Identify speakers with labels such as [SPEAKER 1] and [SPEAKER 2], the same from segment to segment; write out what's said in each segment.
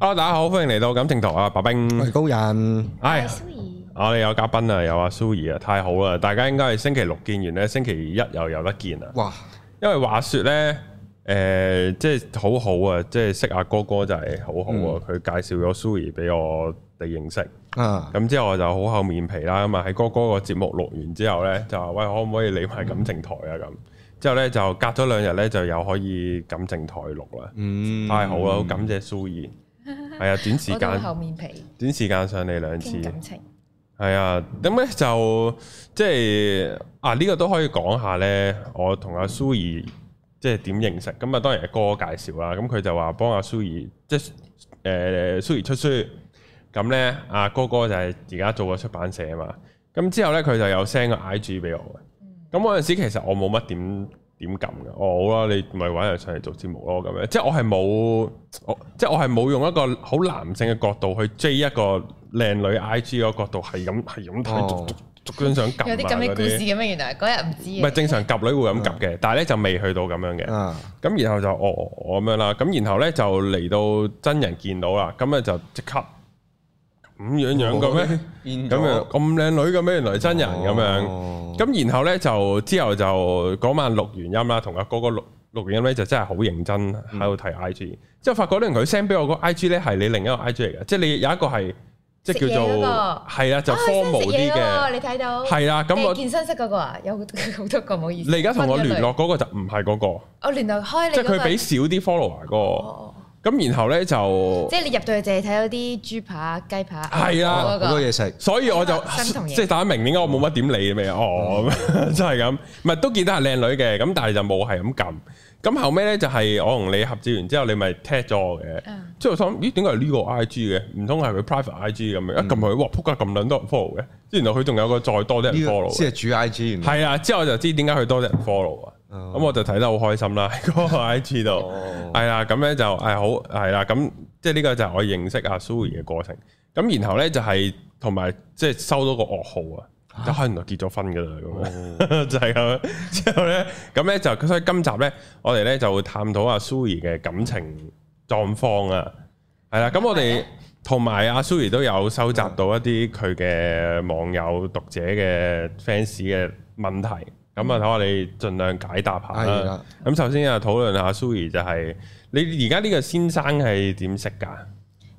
[SPEAKER 1] Hello，大家啊好，歡迎嚟到感情台啊，白冰，
[SPEAKER 2] 喂，高人，
[SPEAKER 1] 係
[SPEAKER 3] 小儀
[SPEAKER 1] 我哋有嘉賓啊，有阿蘇怡啊，太好啦！大家應該係星期六見完咧，星期一又有得見啦。
[SPEAKER 2] 哇，
[SPEAKER 1] 因為話說咧，誒、即係好好啊，即係識阿哥哥就係好好啊。佢、介紹咗蘇怡俾我哋認識，
[SPEAKER 2] 啊，
[SPEAKER 1] 咁之後我就好厚面皮啦。咁啊喺哥哥個節目錄完之後咧，就話喂，可唔可以理埋感情台啊？咁之後咧就隔咗兩日咧，就又可以感情台錄啦。
[SPEAKER 2] 嗯，
[SPEAKER 1] 太好啦，好感謝蘇怡。係啊，短時
[SPEAKER 3] 我都
[SPEAKER 1] 間
[SPEAKER 3] 厚面皮
[SPEAKER 1] 短時間上嚟兩次
[SPEAKER 3] 傾。感情，
[SPEAKER 1] 係啊，咁咧就即係啊呢、個都可以講下咧，我同阿蘇怡即係點認識，咁啊當然係哥哥介紹啦，咁佢就話幫阿蘇怡即係誒蘇怡出書，咁咧阿哥哥就係而家做個出版社啊嘛，咁之後咧佢就有 send 個 IG 俾我嘅，咁嗰陣時其實我冇乜點點撳嘅，哦好啦，你咪揾人上嚟做節目咯咁樣，即係我係冇我即係我係冇用一個好男性嘅角度去追一個靚女 IG 嗰個角度係咁係咁睇
[SPEAKER 2] 哦
[SPEAKER 1] 逐逐逐張相撳啊
[SPEAKER 3] 有啲咁嘅
[SPEAKER 1] 嗰
[SPEAKER 3] 故事嘅咩？原來嗰日唔知
[SPEAKER 1] 唔係
[SPEAKER 3] 嘅，
[SPEAKER 1] 正常夾女會咁夾嘅，但係咧就未去到咁樣嘅。
[SPEAKER 2] 啊，
[SPEAKER 1] 咁然後就哦哦哦咁樣啦，咁然後咧就嚟到真人見到啦，咁咧就即刻咁樣樣嘅咩？
[SPEAKER 2] 變
[SPEAKER 1] 咁樣咁靚女嘅咩？原來真人咁樣。
[SPEAKER 2] 樣，
[SPEAKER 1] 咁然後咧就之後就嗰晚錄完音啦，同阿哥哥錄錄完音咧就真係好認真喺度睇 I G，之後發覺咧佢 send 俾我個 I G 咧係你另一個 I G 嚟嘅，即係你有一個係即係叫
[SPEAKER 3] 食嘢嗰
[SPEAKER 1] 做
[SPEAKER 3] 個
[SPEAKER 1] 係啦，就
[SPEAKER 3] 啊去新
[SPEAKER 1] formal
[SPEAKER 3] 食
[SPEAKER 1] 啲
[SPEAKER 3] 嘢
[SPEAKER 1] 嘅
[SPEAKER 3] 喎，，你睇到
[SPEAKER 1] 係啦。咁
[SPEAKER 3] 誒
[SPEAKER 1] 我
[SPEAKER 3] 健身室嗰個啊，有好多個，唔好意思。
[SPEAKER 1] 你而家同我
[SPEAKER 3] 分咗類
[SPEAKER 1] 聯絡，嗰個就唔係嗰
[SPEAKER 3] 我聯絡開
[SPEAKER 1] 個，
[SPEAKER 3] 你
[SPEAKER 1] 即
[SPEAKER 3] 嗰
[SPEAKER 1] 係
[SPEAKER 3] 個，
[SPEAKER 1] 佢俾少啲 follower 嗰
[SPEAKER 3] 哦，
[SPEAKER 1] 個。咁然後咧就
[SPEAKER 3] 即係你入到去淨係睇到啲豬扒、雞扒，
[SPEAKER 1] 係啊
[SPEAKER 2] 好
[SPEAKER 3] 嗰個
[SPEAKER 2] 多嘢食，
[SPEAKER 1] 所以我就
[SPEAKER 3] 新同嘢
[SPEAKER 1] 即係大家明點解我冇乜點理咩？哦，咁真係咁，唔係都見得係靚女嘅，咁但係就冇係咁撳。咁後尾咧就係我同你合照完之後，你咪踢咗我嘅。
[SPEAKER 3] 嗯
[SPEAKER 1] 之後我心咦點解係呢個 I G 嘅？唔通係佢 private I G 咁樣？
[SPEAKER 2] 嗯
[SPEAKER 1] 一撳佢，哇撲街咁撚多人 follow 嘅。原來佢仲有個再多啲人
[SPEAKER 2] 呢個
[SPEAKER 1] follow 嘅。
[SPEAKER 2] 先係主 I G 原來，
[SPEAKER 1] 係啊，之後我就知點解佢多啲人 follow 啊。
[SPEAKER 2] 哦
[SPEAKER 1] 咁我就睇得好開心啦，喺嗰個 I G 度。
[SPEAKER 2] 哦
[SPEAKER 1] 係啦，咁咧就係好係啦，咁即係呢個就係我認識阿 Suri 嘅過程。咁然後咧就係同埋即係收到個噩耗啊，哦就可能就結咗婚噶啦咁樣， 就係咁樣。之後咧咁咧就所以今集咧我哋咧就會探討阿 Suri 嘅感情狀況啊，係啦。咁我哋同埋阿 Suri 都有收集到一啲佢嘅網友讀者嘅 fans 嘅問題。咁啊，睇我哋盡量解答下
[SPEAKER 2] 係
[SPEAKER 1] 啦
[SPEAKER 2] 啦。
[SPEAKER 1] 咁首先啊，討論下 Suri 就係、你而家呢個先生係點識㗎？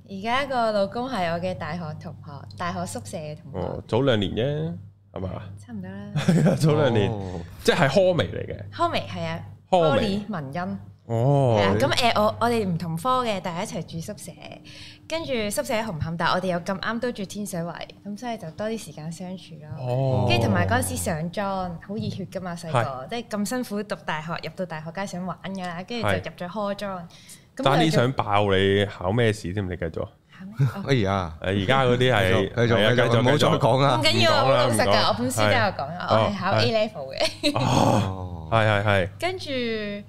[SPEAKER 3] 而家個老公係我嘅大學同學，大學宿舍嘅同學
[SPEAKER 1] 哦，，早兩年啫，係嘛？
[SPEAKER 3] 差唔多啦。
[SPEAKER 1] 係啊， 早兩年，
[SPEAKER 2] 哦
[SPEAKER 1] 即係科微嚟嘅。
[SPEAKER 3] 康美係啊，
[SPEAKER 1] 康
[SPEAKER 3] 康
[SPEAKER 1] 美
[SPEAKER 3] 美文欣。係啦，
[SPEAKER 1] 哦，
[SPEAKER 3] 咁誒我我哋唔同科嘅，但係一齊住宿舍，跟住宿舍喺紅磡，但係我哋又咁啱都住天水圍，咁所以就多啲時間相處咯。
[SPEAKER 1] 哦，
[SPEAKER 3] 跟住同埋嗰陣時上莊，好熱血噶嘛，細個
[SPEAKER 1] 係
[SPEAKER 3] 即係咁辛苦讀大學，入到大學梗係想玩噶啦，跟住就
[SPEAKER 1] 係
[SPEAKER 3] 入咗科莊。咁
[SPEAKER 1] 爭啲
[SPEAKER 3] 佢就
[SPEAKER 1] 想爆你考咩試添？你繼續。誒，
[SPEAKER 3] 嚇咩哦
[SPEAKER 2] 哎呀，
[SPEAKER 1] 而家嗰啲係
[SPEAKER 2] 繼續
[SPEAKER 1] 係 啊
[SPEAKER 2] 繼續，唔好再講
[SPEAKER 3] 唔
[SPEAKER 2] 啦，
[SPEAKER 3] 緊要，我好老
[SPEAKER 1] 唔
[SPEAKER 3] 實
[SPEAKER 1] 講啦唔講
[SPEAKER 3] 㗎，我本書都有講啊，我
[SPEAKER 1] 哦
[SPEAKER 3] 係考
[SPEAKER 1] 係
[SPEAKER 3] A level 嘅。
[SPEAKER 2] 哦，
[SPEAKER 1] 係係係。
[SPEAKER 3] 跟住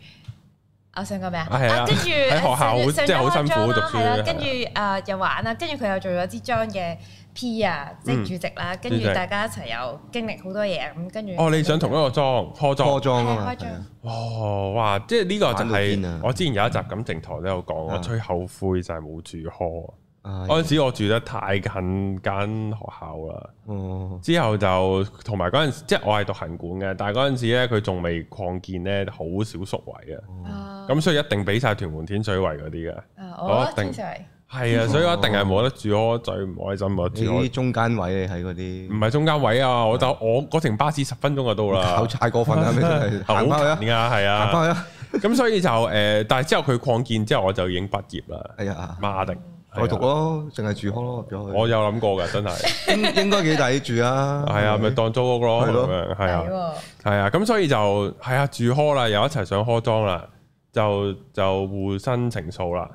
[SPEAKER 3] 我想講咩啊？
[SPEAKER 1] 啊係啊
[SPEAKER 3] 啊跟住
[SPEAKER 1] 喺學校好
[SPEAKER 3] 上咗
[SPEAKER 1] 即係好辛苦讀書
[SPEAKER 3] 上咗開莊
[SPEAKER 1] 係
[SPEAKER 3] 啦係
[SPEAKER 1] 啊
[SPEAKER 3] 啦，跟住誒又玩啦，跟住佢又做咗支莊嘅 P 啊，即係主席啦，跟
[SPEAKER 1] 主
[SPEAKER 3] 住
[SPEAKER 1] 席
[SPEAKER 3] 大家一齊又經歷好多嘢咁，跟住
[SPEAKER 1] 哦，你想同一個裝科裝
[SPEAKER 2] 科？裝啊嘛，
[SPEAKER 3] 係開張
[SPEAKER 1] 哦，哇！即係呢個就
[SPEAKER 2] 玩到癲
[SPEAKER 1] 係
[SPEAKER 2] 啊
[SPEAKER 1] 我之前有一集感情台都有講，我
[SPEAKER 2] 啊
[SPEAKER 1] 最後悔就係冇住科。
[SPEAKER 2] 啊
[SPEAKER 1] 嗰陣時我住得太近間學校啦，
[SPEAKER 2] 哦，
[SPEAKER 1] 之後就同埋嗰陣時，即係我係讀行管嘅，但係嗰陣時咧佢仲未擴建咧，好少宿位啊，
[SPEAKER 3] 啊
[SPEAKER 1] 咁所以一定俾晒屯門天水圍嗰啲嘅，
[SPEAKER 3] 啊
[SPEAKER 1] 我
[SPEAKER 3] 我
[SPEAKER 1] 一定
[SPEAKER 3] 正常係
[SPEAKER 1] 係啊，所以我一定係冇得住我最唔開心我
[SPEAKER 2] 你
[SPEAKER 1] 住
[SPEAKER 2] 啲
[SPEAKER 1] 我
[SPEAKER 2] 中間位你喺嗰啲
[SPEAKER 1] 唔係中間位啊，我就我嗰程巴士十分鐘就到啦
[SPEAKER 2] 口，太過分 啦，你真係
[SPEAKER 1] 好
[SPEAKER 2] 行翻去
[SPEAKER 1] 近㗎，係
[SPEAKER 2] 啊，行
[SPEAKER 1] 啊，
[SPEAKER 2] 翻去啊，
[SPEAKER 1] 咁所以就誒，但係之後佢擴建之後我就已經畢業啦，
[SPEAKER 2] 哎呀，
[SPEAKER 1] 媽的，
[SPEAKER 2] 再讀
[SPEAKER 1] 係啊，
[SPEAKER 2] 咯，淨係住康咯入咗去
[SPEAKER 1] 我有諗過㗎，真係，，
[SPEAKER 2] 應應該幾抵住啊，
[SPEAKER 1] 係啊，咪當租屋咯，
[SPEAKER 2] 係
[SPEAKER 1] 咁
[SPEAKER 2] 咯
[SPEAKER 1] 樣係啊
[SPEAKER 3] 係。喎，
[SPEAKER 1] 係啊，咁所以就係啊，住科啦，又一齊上科莊啦，就就互生情愫啦。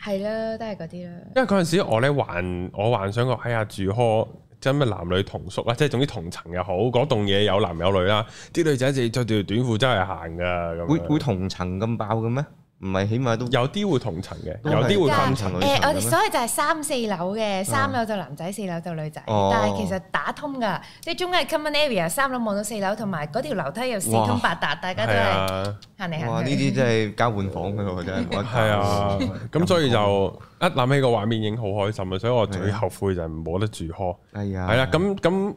[SPEAKER 3] 係啦，都係嗰啲啦。
[SPEAKER 1] 因為嗰陣時我咧幻，我幻想過，哎呀住科真係男女同宿啦，即係總之同層又好，嗰棟嘢有男有女啦，啲女仔就着住短褲周圍行噶咁樣。
[SPEAKER 2] 會會同層咁爆嘅咩？唔係起碼都
[SPEAKER 1] 有啲會同層嘅，
[SPEAKER 2] 都
[SPEAKER 1] 有
[SPEAKER 2] 係
[SPEAKER 1] 啲會
[SPEAKER 2] 㗎
[SPEAKER 1] 分
[SPEAKER 2] 層
[SPEAKER 1] 層
[SPEAKER 2] 女
[SPEAKER 1] 嘅。
[SPEAKER 2] 層嘅
[SPEAKER 3] 誒，我哋
[SPEAKER 2] 咩
[SPEAKER 3] 所謂就係三四樓嘅，三樓就男仔，四樓就女仔。
[SPEAKER 2] 哦
[SPEAKER 3] 但係其實打通㗎，即係中間係 common area，三樓望到四樓，同埋嗰條樓梯又四
[SPEAKER 2] 哇
[SPEAKER 3] 通八達，大家都
[SPEAKER 1] 係
[SPEAKER 3] 係
[SPEAKER 1] 啊，
[SPEAKER 3] 行嚟
[SPEAKER 2] 哇！
[SPEAKER 3] 行
[SPEAKER 2] 呢
[SPEAKER 3] 去。
[SPEAKER 2] 啲真係交換房嘅喎，真係冇 得
[SPEAKER 1] 係啊，
[SPEAKER 2] 嗯
[SPEAKER 1] 咁所以就一諗起個畫面已經好開心啦，所以我最
[SPEAKER 2] 係啊
[SPEAKER 1] 後悔就係冇得住 hall。
[SPEAKER 2] 搞，係啊，
[SPEAKER 1] 係啦，咁咁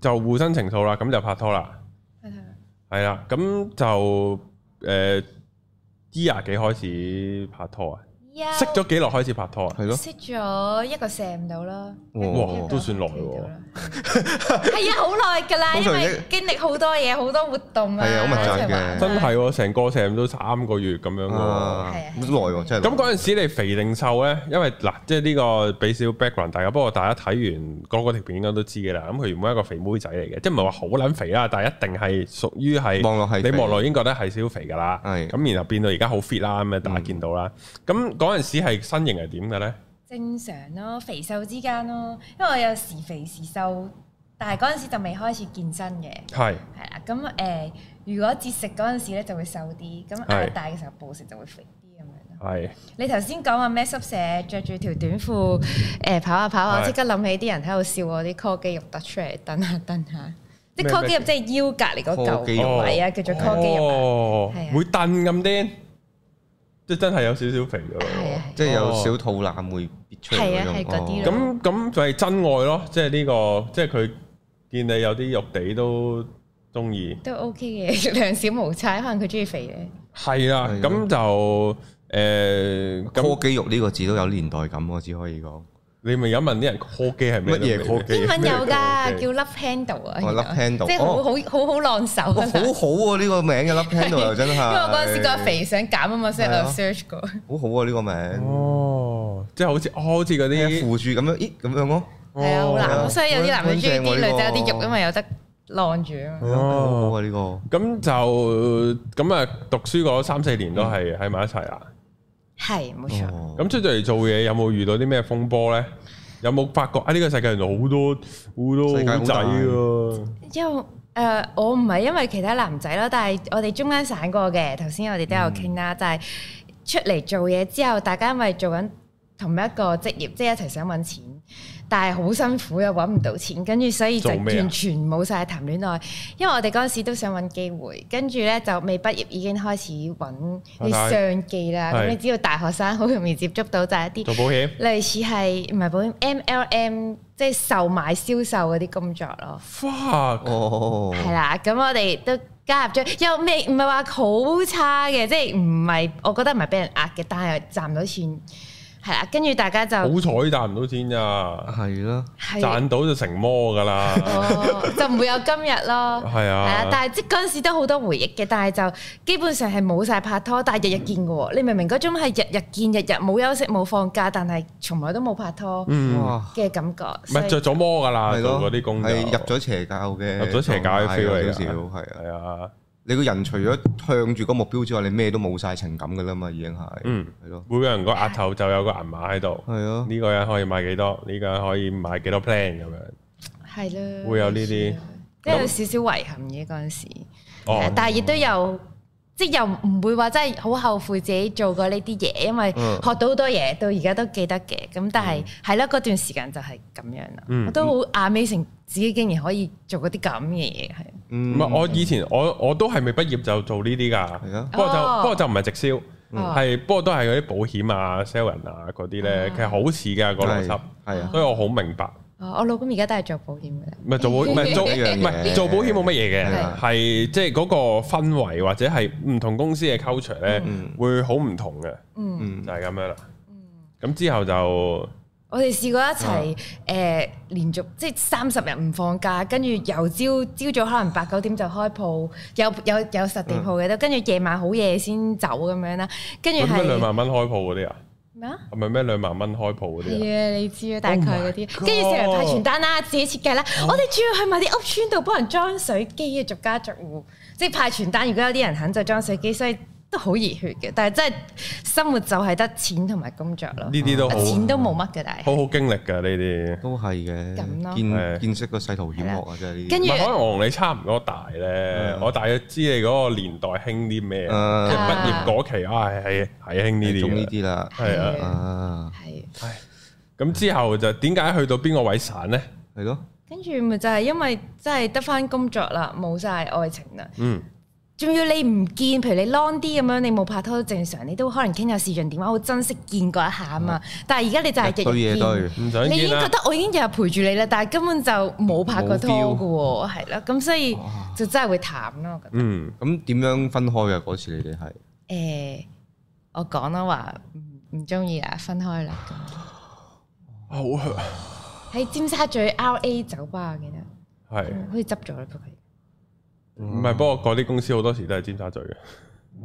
[SPEAKER 1] 就互生情愫啦，咁就拍拖啦。係啦，咁就诶，依廿幾開始拍拖啊？
[SPEAKER 3] 呀
[SPEAKER 1] 識咗幾耐開始拍拖啊？
[SPEAKER 2] 係咯，哦
[SPEAKER 3] 識咗一個 Sam 到啦，
[SPEAKER 1] 哇
[SPEAKER 2] 哇！
[SPEAKER 1] 都算耐喎
[SPEAKER 3] 係啊，好耐㗎啦，
[SPEAKER 2] 通
[SPEAKER 3] 因
[SPEAKER 2] 常
[SPEAKER 3] 為經歷好多嘢，好多活動啊，
[SPEAKER 2] 係啊好密集
[SPEAKER 3] 一齊玩啊
[SPEAKER 2] 嘅
[SPEAKER 1] 真係喎，成個成都三個月咁樣喎。
[SPEAKER 2] 啊
[SPEAKER 3] 係啊，
[SPEAKER 2] 咁耐喎，真係
[SPEAKER 1] 咁
[SPEAKER 2] 耐。
[SPEAKER 1] 嗰陣時你肥定瘦咧？因為嗱，即係呢個俾少 background 大家，不過大家睇完嗰個條片應該都知嘅啦。咁佢原本係一個肥妹仔嚟嘅，即係唔係話好撚肥啦，但係一定係屬於係
[SPEAKER 2] 望落係肥
[SPEAKER 1] 你望落已經覺得係少肥噶啦。
[SPEAKER 2] 係
[SPEAKER 1] 咁，然後變到而家好 fit 啦，咁啊
[SPEAKER 2] 嗯
[SPEAKER 1] 大家見到啦。咁嗰陣時係身形係點嘅咧？
[SPEAKER 3] 正常咯，肥瘦之間咯，因為我有時肥時瘦，但係嗰陣時就未開始健身嘅，
[SPEAKER 1] 係
[SPEAKER 3] 係啦。咁誒、呃如果節食嗰陣時咧就會瘦啲，咁壓力大嘅時候暴食就會肥啲咁樣咯。
[SPEAKER 1] 係
[SPEAKER 3] 你頭先講話咩宿舍着住條短褲誒、呃跑下跑下，
[SPEAKER 1] 係
[SPEAKER 3] 我即刻諗起啲人喺度笑我啲 core 肌肉突出嚟，蹬下蹬下，即係
[SPEAKER 1] 咩
[SPEAKER 3] core 肌肉即係腰隔離嗰
[SPEAKER 2] core 肌肉
[SPEAKER 3] 嚿位
[SPEAKER 2] 哦
[SPEAKER 3] 啊，叫做 core 肌肉啊。
[SPEAKER 1] 哦
[SPEAKER 3] 係啊，
[SPEAKER 1] 會蹬咁啲，即係真係有少少肥嘅
[SPEAKER 3] 係啊
[SPEAKER 1] 喎。
[SPEAKER 2] 即係有小肚腩會必出嚟
[SPEAKER 3] 係啊
[SPEAKER 2] 種
[SPEAKER 3] 係嗰啲咯
[SPEAKER 2] 哦
[SPEAKER 1] 咁咁就係真愛咯，即係呢個，即係佢見你有啲肉地都中意。
[SPEAKER 3] 都 OK 嘅， 兩小無猜，可能佢中意肥嘅。
[SPEAKER 1] 係啦，
[SPEAKER 2] 係咯啊
[SPEAKER 1] 咁就誒，
[SPEAKER 2] 科
[SPEAKER 1] 咁
[SPEAKER 2] 肌肉呢個字都有年代感，我只可以講。
[SPEAKER 1] 你咪有問啲人 call 機係咩？
[SPEAKER 2] 乜嘢 call 機
[SPEAKER 3] 英文有㗎，
[SPEAKER 1] 咩
[SPEAKER 3] 叫 love handle 啊，
[SPEAKER 2] 哦，love handle，
[SPEAKER 3] 即係好
[SPEAKER 2] 哦
[SPEAKER 3] 好好好浪手啊
[SPEAKER 2] 哇，好好喎！呢個名嘅 Love Handle 又真係，因為
[SPEAKER 3] 因為我嗰陣時覺得，肥想減啊嘛，所以我
[SPEAKER 2] 係啊
[SPEAKER 3] search 過。
[SPEAKER 2] 好好啊！呢個名，
[SPEAKER 1] 哦，即係好似哦好似嗰
[SPEAKER 2] 啲
[SPEAKER 1] 啲
[SPEAKER 2] 扶住咁樣，咦咁樣咯，
[SPEAKER 3] 係啊，好
[SPEAKER 2] 哦
[SPEAKER 3] 難，所以有啲男人中意
[SPEAKER 2] 乾
[SPEAKER 3] 啲
[SPEAKER 2] 淨喎呢個
[SPEAKER 3] 女仔有啲肉，因為有得晾住啊嘛。
[SPEAKER 2] 係啊好好啊！呢個
[SPEAKER 1] 咁就咁啊，讀書嗰三四年都係喺埋一齊啊啦。
[SPEAKER 3] 係冇錯，
[SPEAKER 2] 哦
[SPEAKER 1] 咁出咗嚟做嘢有冇遇到啲咩風波咧？有冇發覺啊？呢、個世界原來好多好多
[SPEAKER 2] 世界好
[SPEAKER 1] 好仔
[SPEAKER 2] 大
[SPEAKER 1] 喎，
[SPEAKER 3] 因為誒我唔係因為其他男仔啦，但係我哋中間散過嘅。頭先我哋都有傾
[SPEAKER 1] 嗯
[SPEAKER 3] 啦，就係出嚟做嘢之後，大家因為做緊同一個職業，即係一齊想揾錢，但係好辛苦又揾唔到錢，跟住所以就
[SPEAKER 1] 做咩啊
[SPEAKER 3] 完全冇晒談戀愛。因為我哋嗰陣時都想揾機會，跟住呢就未畢業已經開始揾啲商機啦。
[SPEAKER 1] 係嗯
[SPEAKER 3] 咁你知道大學生好容易接觸到就係一啲
[SPEAKER 1] 做保險
[SPEAKER 3] 類似係唔係保險 MLM，即係售賣銷售嗰啲工作咯。
[SPEAKER 1] fuck
[SPEAKER 2] 哦，
[SPEAKER 3] 係啦，咁我哋都加入咗，又未唔係話好差嘅，即係唔係我覺得唔係俾人呃嘅，但係賺唔到錢，係啦，跟住大家就
[SPEAKER 1] 好彩賺唔到錢咋，
[SPEAKER 2] 係啦，
[SPEAKER 3] 係
[SPEAKER 1] 賺到就成魔噶啦，
[SPEAKER 3] 哦，就唔會有今日咯。
[SPEAKER 1] 係
[SPEAKER 3] 係啊，
[SPEAKER 1] 啊，
[SPEAKER 3] 但係即係嗰陣時都好多回憶嘅，但係就基本上係冇晒拍拖，但係日日見嘅喎。你明唔明嗰種係日日見，日日冇休息冇放假，但係從來都冇拍拖
[SPEAKER 1] 嗯，
[SPEAKER 2] 哇，
[SPEAKER 3] 嘅感覺。
[SPEAKER 1] 唔係着咗魔噶啦，
[SPEAKER 2] 係
[SPEAKER 1] 做
[SPEAKER 2] 咯，
[SPEAKER 1] 嗰啲工
[SPEAKER 2] 係入
[SPEAKER 1] 咗
[SPEAKER 2] 咗邪教嘅，
[SPEAKER 1] 入咗邪教嘅 feel 嚟㗎
[SPEAKER 2] 有少少係啊！
[SPEAKER 1] 係啊，
[SPEAKER 2] 你個人除咗向住個目標之外，你咩都冇晒情感㗎啦嘛，已經係，
[SPEAKER 1] 嗯，
[SPEAKER 2] 係咯，
[SPEAKER 1] 每個人個額頭就有個銀碼喺度，
[SPEAKER 2] 係啊，
[SPEAKER 1] 呢個人可以買幾多，呢個人可以買幾多 plan 咁樣，
[SPEAKER 3] 係咯，
[SPEAKER 1] 會有呢啲，
[SPEAKER 3] 即係有少少遺憾嘅嗰陣時。
[SPEAKER 1] 哦，
[SPEAKER 3] 但係亦都有，即係又唔會話真係好後悔自己做過呢啲嘢，因為
[SPEAKER 2] 嗯
[SPEAKER 3] 學到好多嘢，到而家都記得嘅。咁但係係啦，嗰段時間就係咁樣啦。
[SPEAKER 1] 嗯
[SPEAKER 3] 我都好 amazing，自己竟然可以做嗰啲咁嘅嘢，係
[SPEAKER 1] 唔
[SPEAKER 2] 唔
[SPEAKER 1] 係我以前我我都係未畢業就做呢啲㗎。
[SPEAKER 2] 嗯係啊，
[SPEAKER 1] 不過就
[SPEAKER 3] 哦
[SPEAKER 1] 不過就唔係直銷，
[SPEAKER 3] 哦
[SPEAKER 1] 係不過都係嗰啲保險啊、sell 人啊嗰啲咧
[SPEAKER 3] 啊，
[SPEAKER 1] 其實好似嘅個邏輯，
[SPEAKER 2] 係啊，
[SPEAKER 1] 所以我好明白。
[SPEAKER 3] 哦我老公而家都係做保險嘅。
[SPEAKER 1] 唔係做保 唔係做
[SPEAKER 2] 一樣嘢
[SPEAKER 1] 唔係做保險冇乜嘢
[SPEAKER 2] 係
[SPEAKER 1] 嘅，
[SPEAKER 2] 啊
[SPEAKER 1] 係即係嗰個氛圍或者係唔同公司嘅 culture 咧，
[SPEAKER 2] 嗯
[SPEAKER 1] 會好唔同嘅，
[SPEAKER 3] 嗯，
[SPEAKER 2] 嗯
[SPEAKER 1] 就係咁樣啦。咁之後就
[SPEAKER 3] 我哋試過一
[SPEAKER 1] 啊
[SPEAKER 3] 齊誒、呃、連續即係三十日唔放假，跟住由朝朝早可能八九點就開鋪，有有有實地鋪嘅都，跟住夜晚好夜先走咁樣啦，跟住
[SPEAKER 1] 咁咩兩
[SPEAKER 3] 係
[SPEAKER 1] 萬蚊開鋪嗰啲啊？
[SPEAKER 3] 咩啊？
[SPEAKER 1] 係咪咩兩萬蚊開鋪嗰啲啊？
[SPEAKER 3] 係啊，你知啊，大概嗰啲，
[SPEAKER 1] Oh my
[SPEAKER 3] 跟住成日派傳單啦，自己設計啦。我哋主要去埋啲屋村度幫人裝水機啊，逐家逐户，即係派傳單。如果有啲人肯就裝水機，所以都好熱血嘅，但係真係生活就係得錢同埋工作咯，
[SPEAKER 1] 呢啲都好
[SPEAKER 3] 啊錢都冇乜嘅，但係
[SPEAKER 1] 好好經歷㗎呢啲。
[SPEAKER 2] 都係嘅，
[SPEAKER 3] 咁咯
[SPEAKER 1] 係
[SPEAKER 2] 見見識個世途險惡啊！真係呢啲
[SPEAKER 3] 跟
[SPEAKER 1] 唔
[SPEAKER 3] 住
[SPEAKER 1] 係，可能我同你差唔多大咧，
[SPEAKER 2] 嗯
[SPEAKER 1] 我大約知你嗰個年代興啲咩，啊
[SPEAKER 2] 嗯
[SPEAKER 1] 即係畢業嗰期啊，係係係興呢啲
[SPEAKER 2] 中呢
[SPEAKER 1] 嘅，
[SPEAKER 2] 啲啦，
[SPEAKER 1] 係啊。
[SPEAKER 2] À, 啊，
[SPEAKER 3] 係
[SPEAKER 1] 咁之後就點解去到邊個位散咧？
[SPEAKER 2] 係咯，
[SPEAKER 3] 跟住咪就係因為真係得翻工作啦，冇晒愛情啦。
[SPEAKER 1] 嗯，
[SPEAKER 3] 仲要你唔見，譬如你 long 啲咁樣，你冇拍拖正常，你都可能傾下視像電話，好珍惜見過一下啊嘛。
[SPEAKER 1] 嗯
[SPEAKER 3] 但係而家你就
[SPEAKER 2] 一
[SPEAKER 3] 係
[SPEAKER 2] 堆
[SPEAKER 3] 日日
[SPEAKER 2] 嘢堆
[SPEAKER 3] 見，。
[SPEAKER 1] 唔想
[SPEAKER 3] 你已
[SPEAKER 1] 見
[SPEAKER 3] 經覺
[SPEAKER 1] 啦。
[SPEAKER 3] 得我已經日日陪住你啦，但係根本就冇拍過拖嘅喎，係啦，咁所以
[SPEAKER 2] 啊
[SPEAKER 3] 就真係會淡咯。我覺得
[SPEAKER 1] 嗯，
[SPEAKER 2] 咁點樣分開嘅嗰次你哋係？
[SPEAKER 3] 誒，我講啦話唔唔中意啦，分開啦。
[SPEAKER 1] 好
[SPEAKER 2] 啊
[SPEAKER 3] 喺尖沙咀 RA 酒吧，我記得
[SPEAKER 1] 係，
[SPEAKER 3] 好似執咗啦佢。
[SPEAKER 2] 嗯
[SPEAKER 1] 唔係？不過嗰啲公司好多時都係尖沙咀嘅，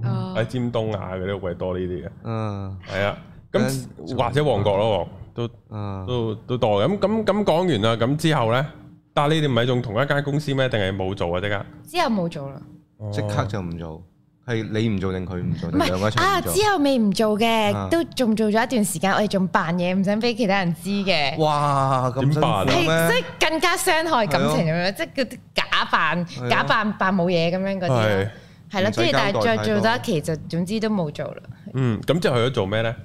[SPEAKER 3] 哦
[SPEAKER 2] 哎
[SPEAKER 1] 喺尖東啊嗰啲好鬼多呢啲嘅，
[SPEAKER 2] 嗯
[SPEAKER 1] 係啊。咁或者旺角咯，都
[SPEAKER 2] 嗯，
[SPEAKER 1] 都都多嘅。咁咁咁講完啦，咁之後咧，但係你哋唔係仲同一間公司咩？定係冇做啊？即刻
[SPEAKER 3] 之後冇做啦。
[SPEAKER 2] 哦即
[SPEAKER 1] 哦
[SPEAKER 2] 刻就唔做，係你唔做定佢唔做，
[SPEAKER 3] 唔
[SPEAKER 2] 定兩個一
[SPEAKER 3] 係
[SPEAKER 2] 齊
[SPEAKER 3] 啊，
[SPEAKER 2] 唔做
[SPEAKER 3] 之？後未唔做
[SPEAKER 2] 啊
[SPEAKER 3] 嘅，都仲做咗一段時間，我哋仲扮嘢，唔想俾其他人知嘅，
[SPEAKER 2] 哇，咁辛苦
[SPEAKER 3] 啊
[SPEAKER 1] 啊
[SPEAKER 3] 係即
[SPEAKER 2] 咩
[SPEAKER 3] 係？更加傷害感情咁樣，即係嗰啲假扮
[SPEAKER 2] 係咯
[SPEAKER 3] 假扮扮冇嘢咁樣嗰啲啊
[SPEAKER 1] 係
[SPEAKER 3] 啦，係啦，
[SPEAKER 2] 唔使
[SPEAKER 3] 跟住但
[SPEAKER 2] 交代
[SPEAKER 3] 係再
[SPEAKER 2] 太
[SPEAKER 3] 做
[SPEAKER 2] 多
[SPEAKER 3] 多一期就總之都冇做啦，
[SPEAKER 1] 嗯，咁之後去咗做咩咧？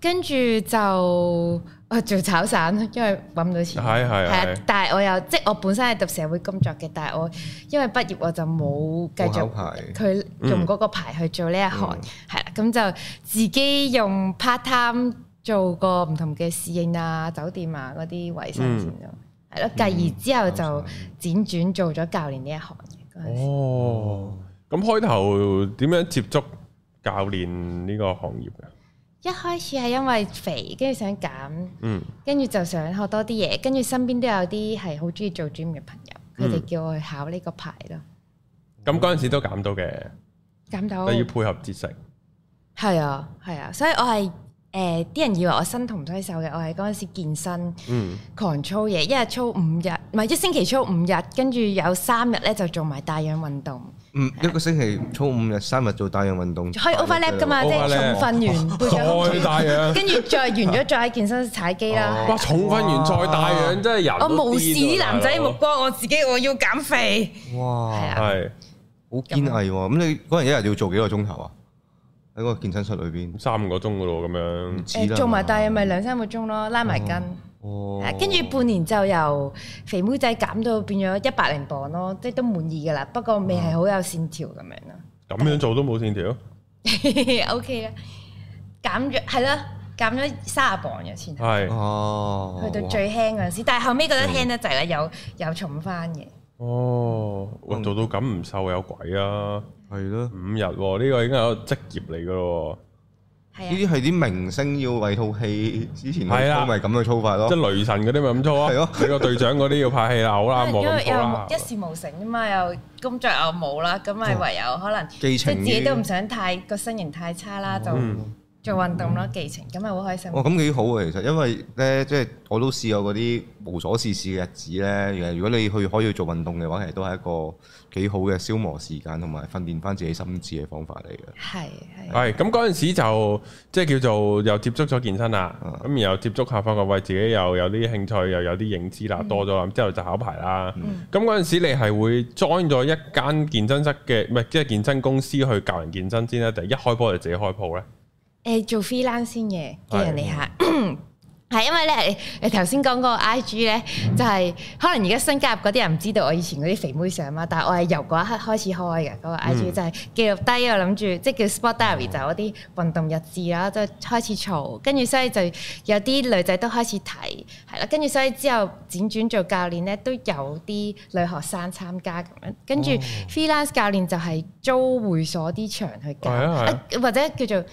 [SPEAKER 3] 跟住就 我做炒散，因為揾唔到錢。
[SPEAKER 1] 係係
[SPEAKER 3] 係
[SPEAKER 1] 係
[SPEAKER 3] 啊，。但係我又即係我本身係讀社會工作嘅，但係我因為畢業我就冇繼
[SPEAKER 2] 冇考
[SPEAKER 3] 續
[SPEAKER 2] 牌嗯
[SPEAKER 3] 佢用嗰個牌去做呢一行，係啦、咁就自己用 part time 做過唔同嘅侍應啊、酒店啊嗰啲衞生先
[SPEAKER 2] 嗯
[SPEAKER 3] 咯，係咯、繼而之後就輾轉做咗教練呢一行嘅嗰陣時
[SPEAKER 1] 哦，咁開頭點樣接觸教練呢個行業嘅？
[SPEAKER 3] 一開始係因為肥，跟住想減，
[SPEAKER 1] 嗯，
[SPEAKER 3] 跟住就想學多啲嘢，跟住身邊都有啲係好中意做 gym 嘅朋友，佢哋
[SPEAKER 1] 嗯
[SPEAKER 3] 叫我去考呢個牌咯，
[SPEAKER 1] 咁嗰陣時都減到嘅，
[SPEAKER 3] 減到
[SPEAKER 1] 但。要配合節食。
[SPEAKER 3] 係啊，係啊，所以我係誒啲人以為我身同體瘦嘅，我係嗰陣時健身
[SPEAKER 1] 嗯，
[SPEAKER 3] 狂操嘢，一日操五日，唔係一星期操五日，跟住有三日咧就做埋帶氧運動，
[SPEAKER 2] 嗯，一個星期操五日，三日做帶氧運動，啊
[SPEAKER 3] 可以 overlap 噶嘛，即係
[SPEAKER 1] 啊 overlap
[SPEAKER 3] 重訓完背
[SPEAKER 1] 再
[SPEAKER 3] 咗，
[SPEAKER 1] 大氧，
[SPEAKER 3] 跟住再完咗再喺健身室踩機啦。係
[SPEAKER 1] 哇！
[SPEAKER 3] 啊
[SPEAKER 1] 重訓完再大氧，真係人
[SPEAKER 3] 我
[SPEAKER 1] 都
[SPEAKER 3] 無視啲
[SPEAKER 1] 哦癲啊
[SPEAKER 3] 男仔目
[SPEAKER 1] 大
[SPEAKER 3] 光，我自己我要減肥，係
[SPEAKER 2] 哇，
[SPEAKER 1] 佬
[SPEAKER 3] 啊，
[SPEAKER 1] 係
[SPEAKER 2] 好堅毅喎！咁你嗰陣一日要做幾個鐘頭啊？喺個健身室裏邊，
[SPEAKER 1] 三個鐘噶咯咁樣。
[SPEAKER 2] 唔
[SPEAKER 3] 誒
[SPEAKER 2] 止啦
[SPEAKER 3] 做埋帶氧咪兩三個鐘咯，拉埋筋。
[SPEAKER 1] 嗯
[SPEAKER 2] 哦
[SPEAKER 3] 係，跟住半年就由肥妹仔減到變咗一百零磅咯，即係都滿意噶啦。不過未係好有線條咁樣
[SPEAKER 1] 咁樣做都冇線條，
[SPEAKER 3] 咯。O K 啦，減咗係啦，減咗三十磅嘅前後，
[SPEAKER 1] 係
[SPEAKER 2] 哦，
[SPEAKER 3] 去到最輕嗰陣時，但係後尾覺得輕得滯啦，又又重翻嘅。
[SPEAKER 1] 哦，喂，做到咁唔瘦有鬼啊！
[SPEAKER 2] 係咯。
[SPEAKER 1] 五日喎，呢個已經係一個職業嚟噶咯
[SPEAKER 2] 呢
[SPEAKER 3] 係啊，
[SPEAKER 2] 啲係啲明星要為套戲之前去
[SPEAKER 1] 係啦
[SPEAKER 2] 操咪咁嘅操法
[SPEAKER 1] 喎，
[SPEAKER 2] 咯
[SPEAKER 1] 即。係雷神嗰啲咪咁做啊？
[SPEAKER 2] 係咯
[SPEAKER 1] 你個隊長嗰啲要拍戲啦，好啦，冇
[SPEAKER 3] 因為
[SPEAKER 1] 咁
[SPEAKER 3] 又
[SPEAKER 1] 好啦
[SPEAKER 3] 冇。一事無成啊嘛，又工作又冇啦，咁咪唯有可能
[SPEAKER 2] 寄
[SPEAKER 3] 即
[SPEAKER 2] 情
[SPEAKER 3] 係
[SPEAKER 2] 於
[SPEAKER 3] 自己都唔想太個身形太差啦，就做運動咯，寄情咁咪好開心。
[SPEAKER 2] 哦，咁幾好啊！其實，因為咧，即係我都試過嗰啲無所事事嘅日子咧。其實如果你去可以去做運動嘅話，其實都係一個幾好嘅消磨時間同埋訓練翻自己心智嘅方法嚟嘅。
[SPEAKER 3] 係係。啊
[SPEAKER 1] 係咁嗰陣時就即係叫做又接觸咗健身啦，
[SPEAKER 3] 啊
[SPEAKER 1] 咁然後接觸下發覺喂自己又有啲興趣，又有啲認知啦，多咗啦，咁之後就考牌啦。
[SPEAKER 3] 嗯
[SPEAKER 1] 咁嗰陣時你係會 join 咗一間健身室嘅，唔係即係健身公司去教人健身先啊咧，定係一開波就自己開鋪咧？
[SPEAKER 3] 誒做 freelance 先嘅
[SPEAKER 1] 係
[SPEAKER 3] 嘅人嚟嚇。 係因為咧，你頭先講嗰個 IG 咧，就係可能而家新加入嗰啲人唔知道我以前嗰啲肥妹相啦，但係我係由嗰一刻開始開嘅嗰、
[SPEAKER 1] 嗯
[SPEAKER 3] 個 IG 就係記錄低我啊諗住，即係叫 Sport Diary 就係我啲運動日誌啦，即係開始嘈，跟住所以就有啲女仔都開始睇，係啦，跟住所以之後輾轉做教練咧，都有啲女學生參加咁樣，跟
[SPEAKER 1] 哦
[SPEAKER 3] 住 freelance 教練就係租會所啲場去教，
[SPEAKER 1] 係啊係啊
[SPEAKER 3] 或者叫做。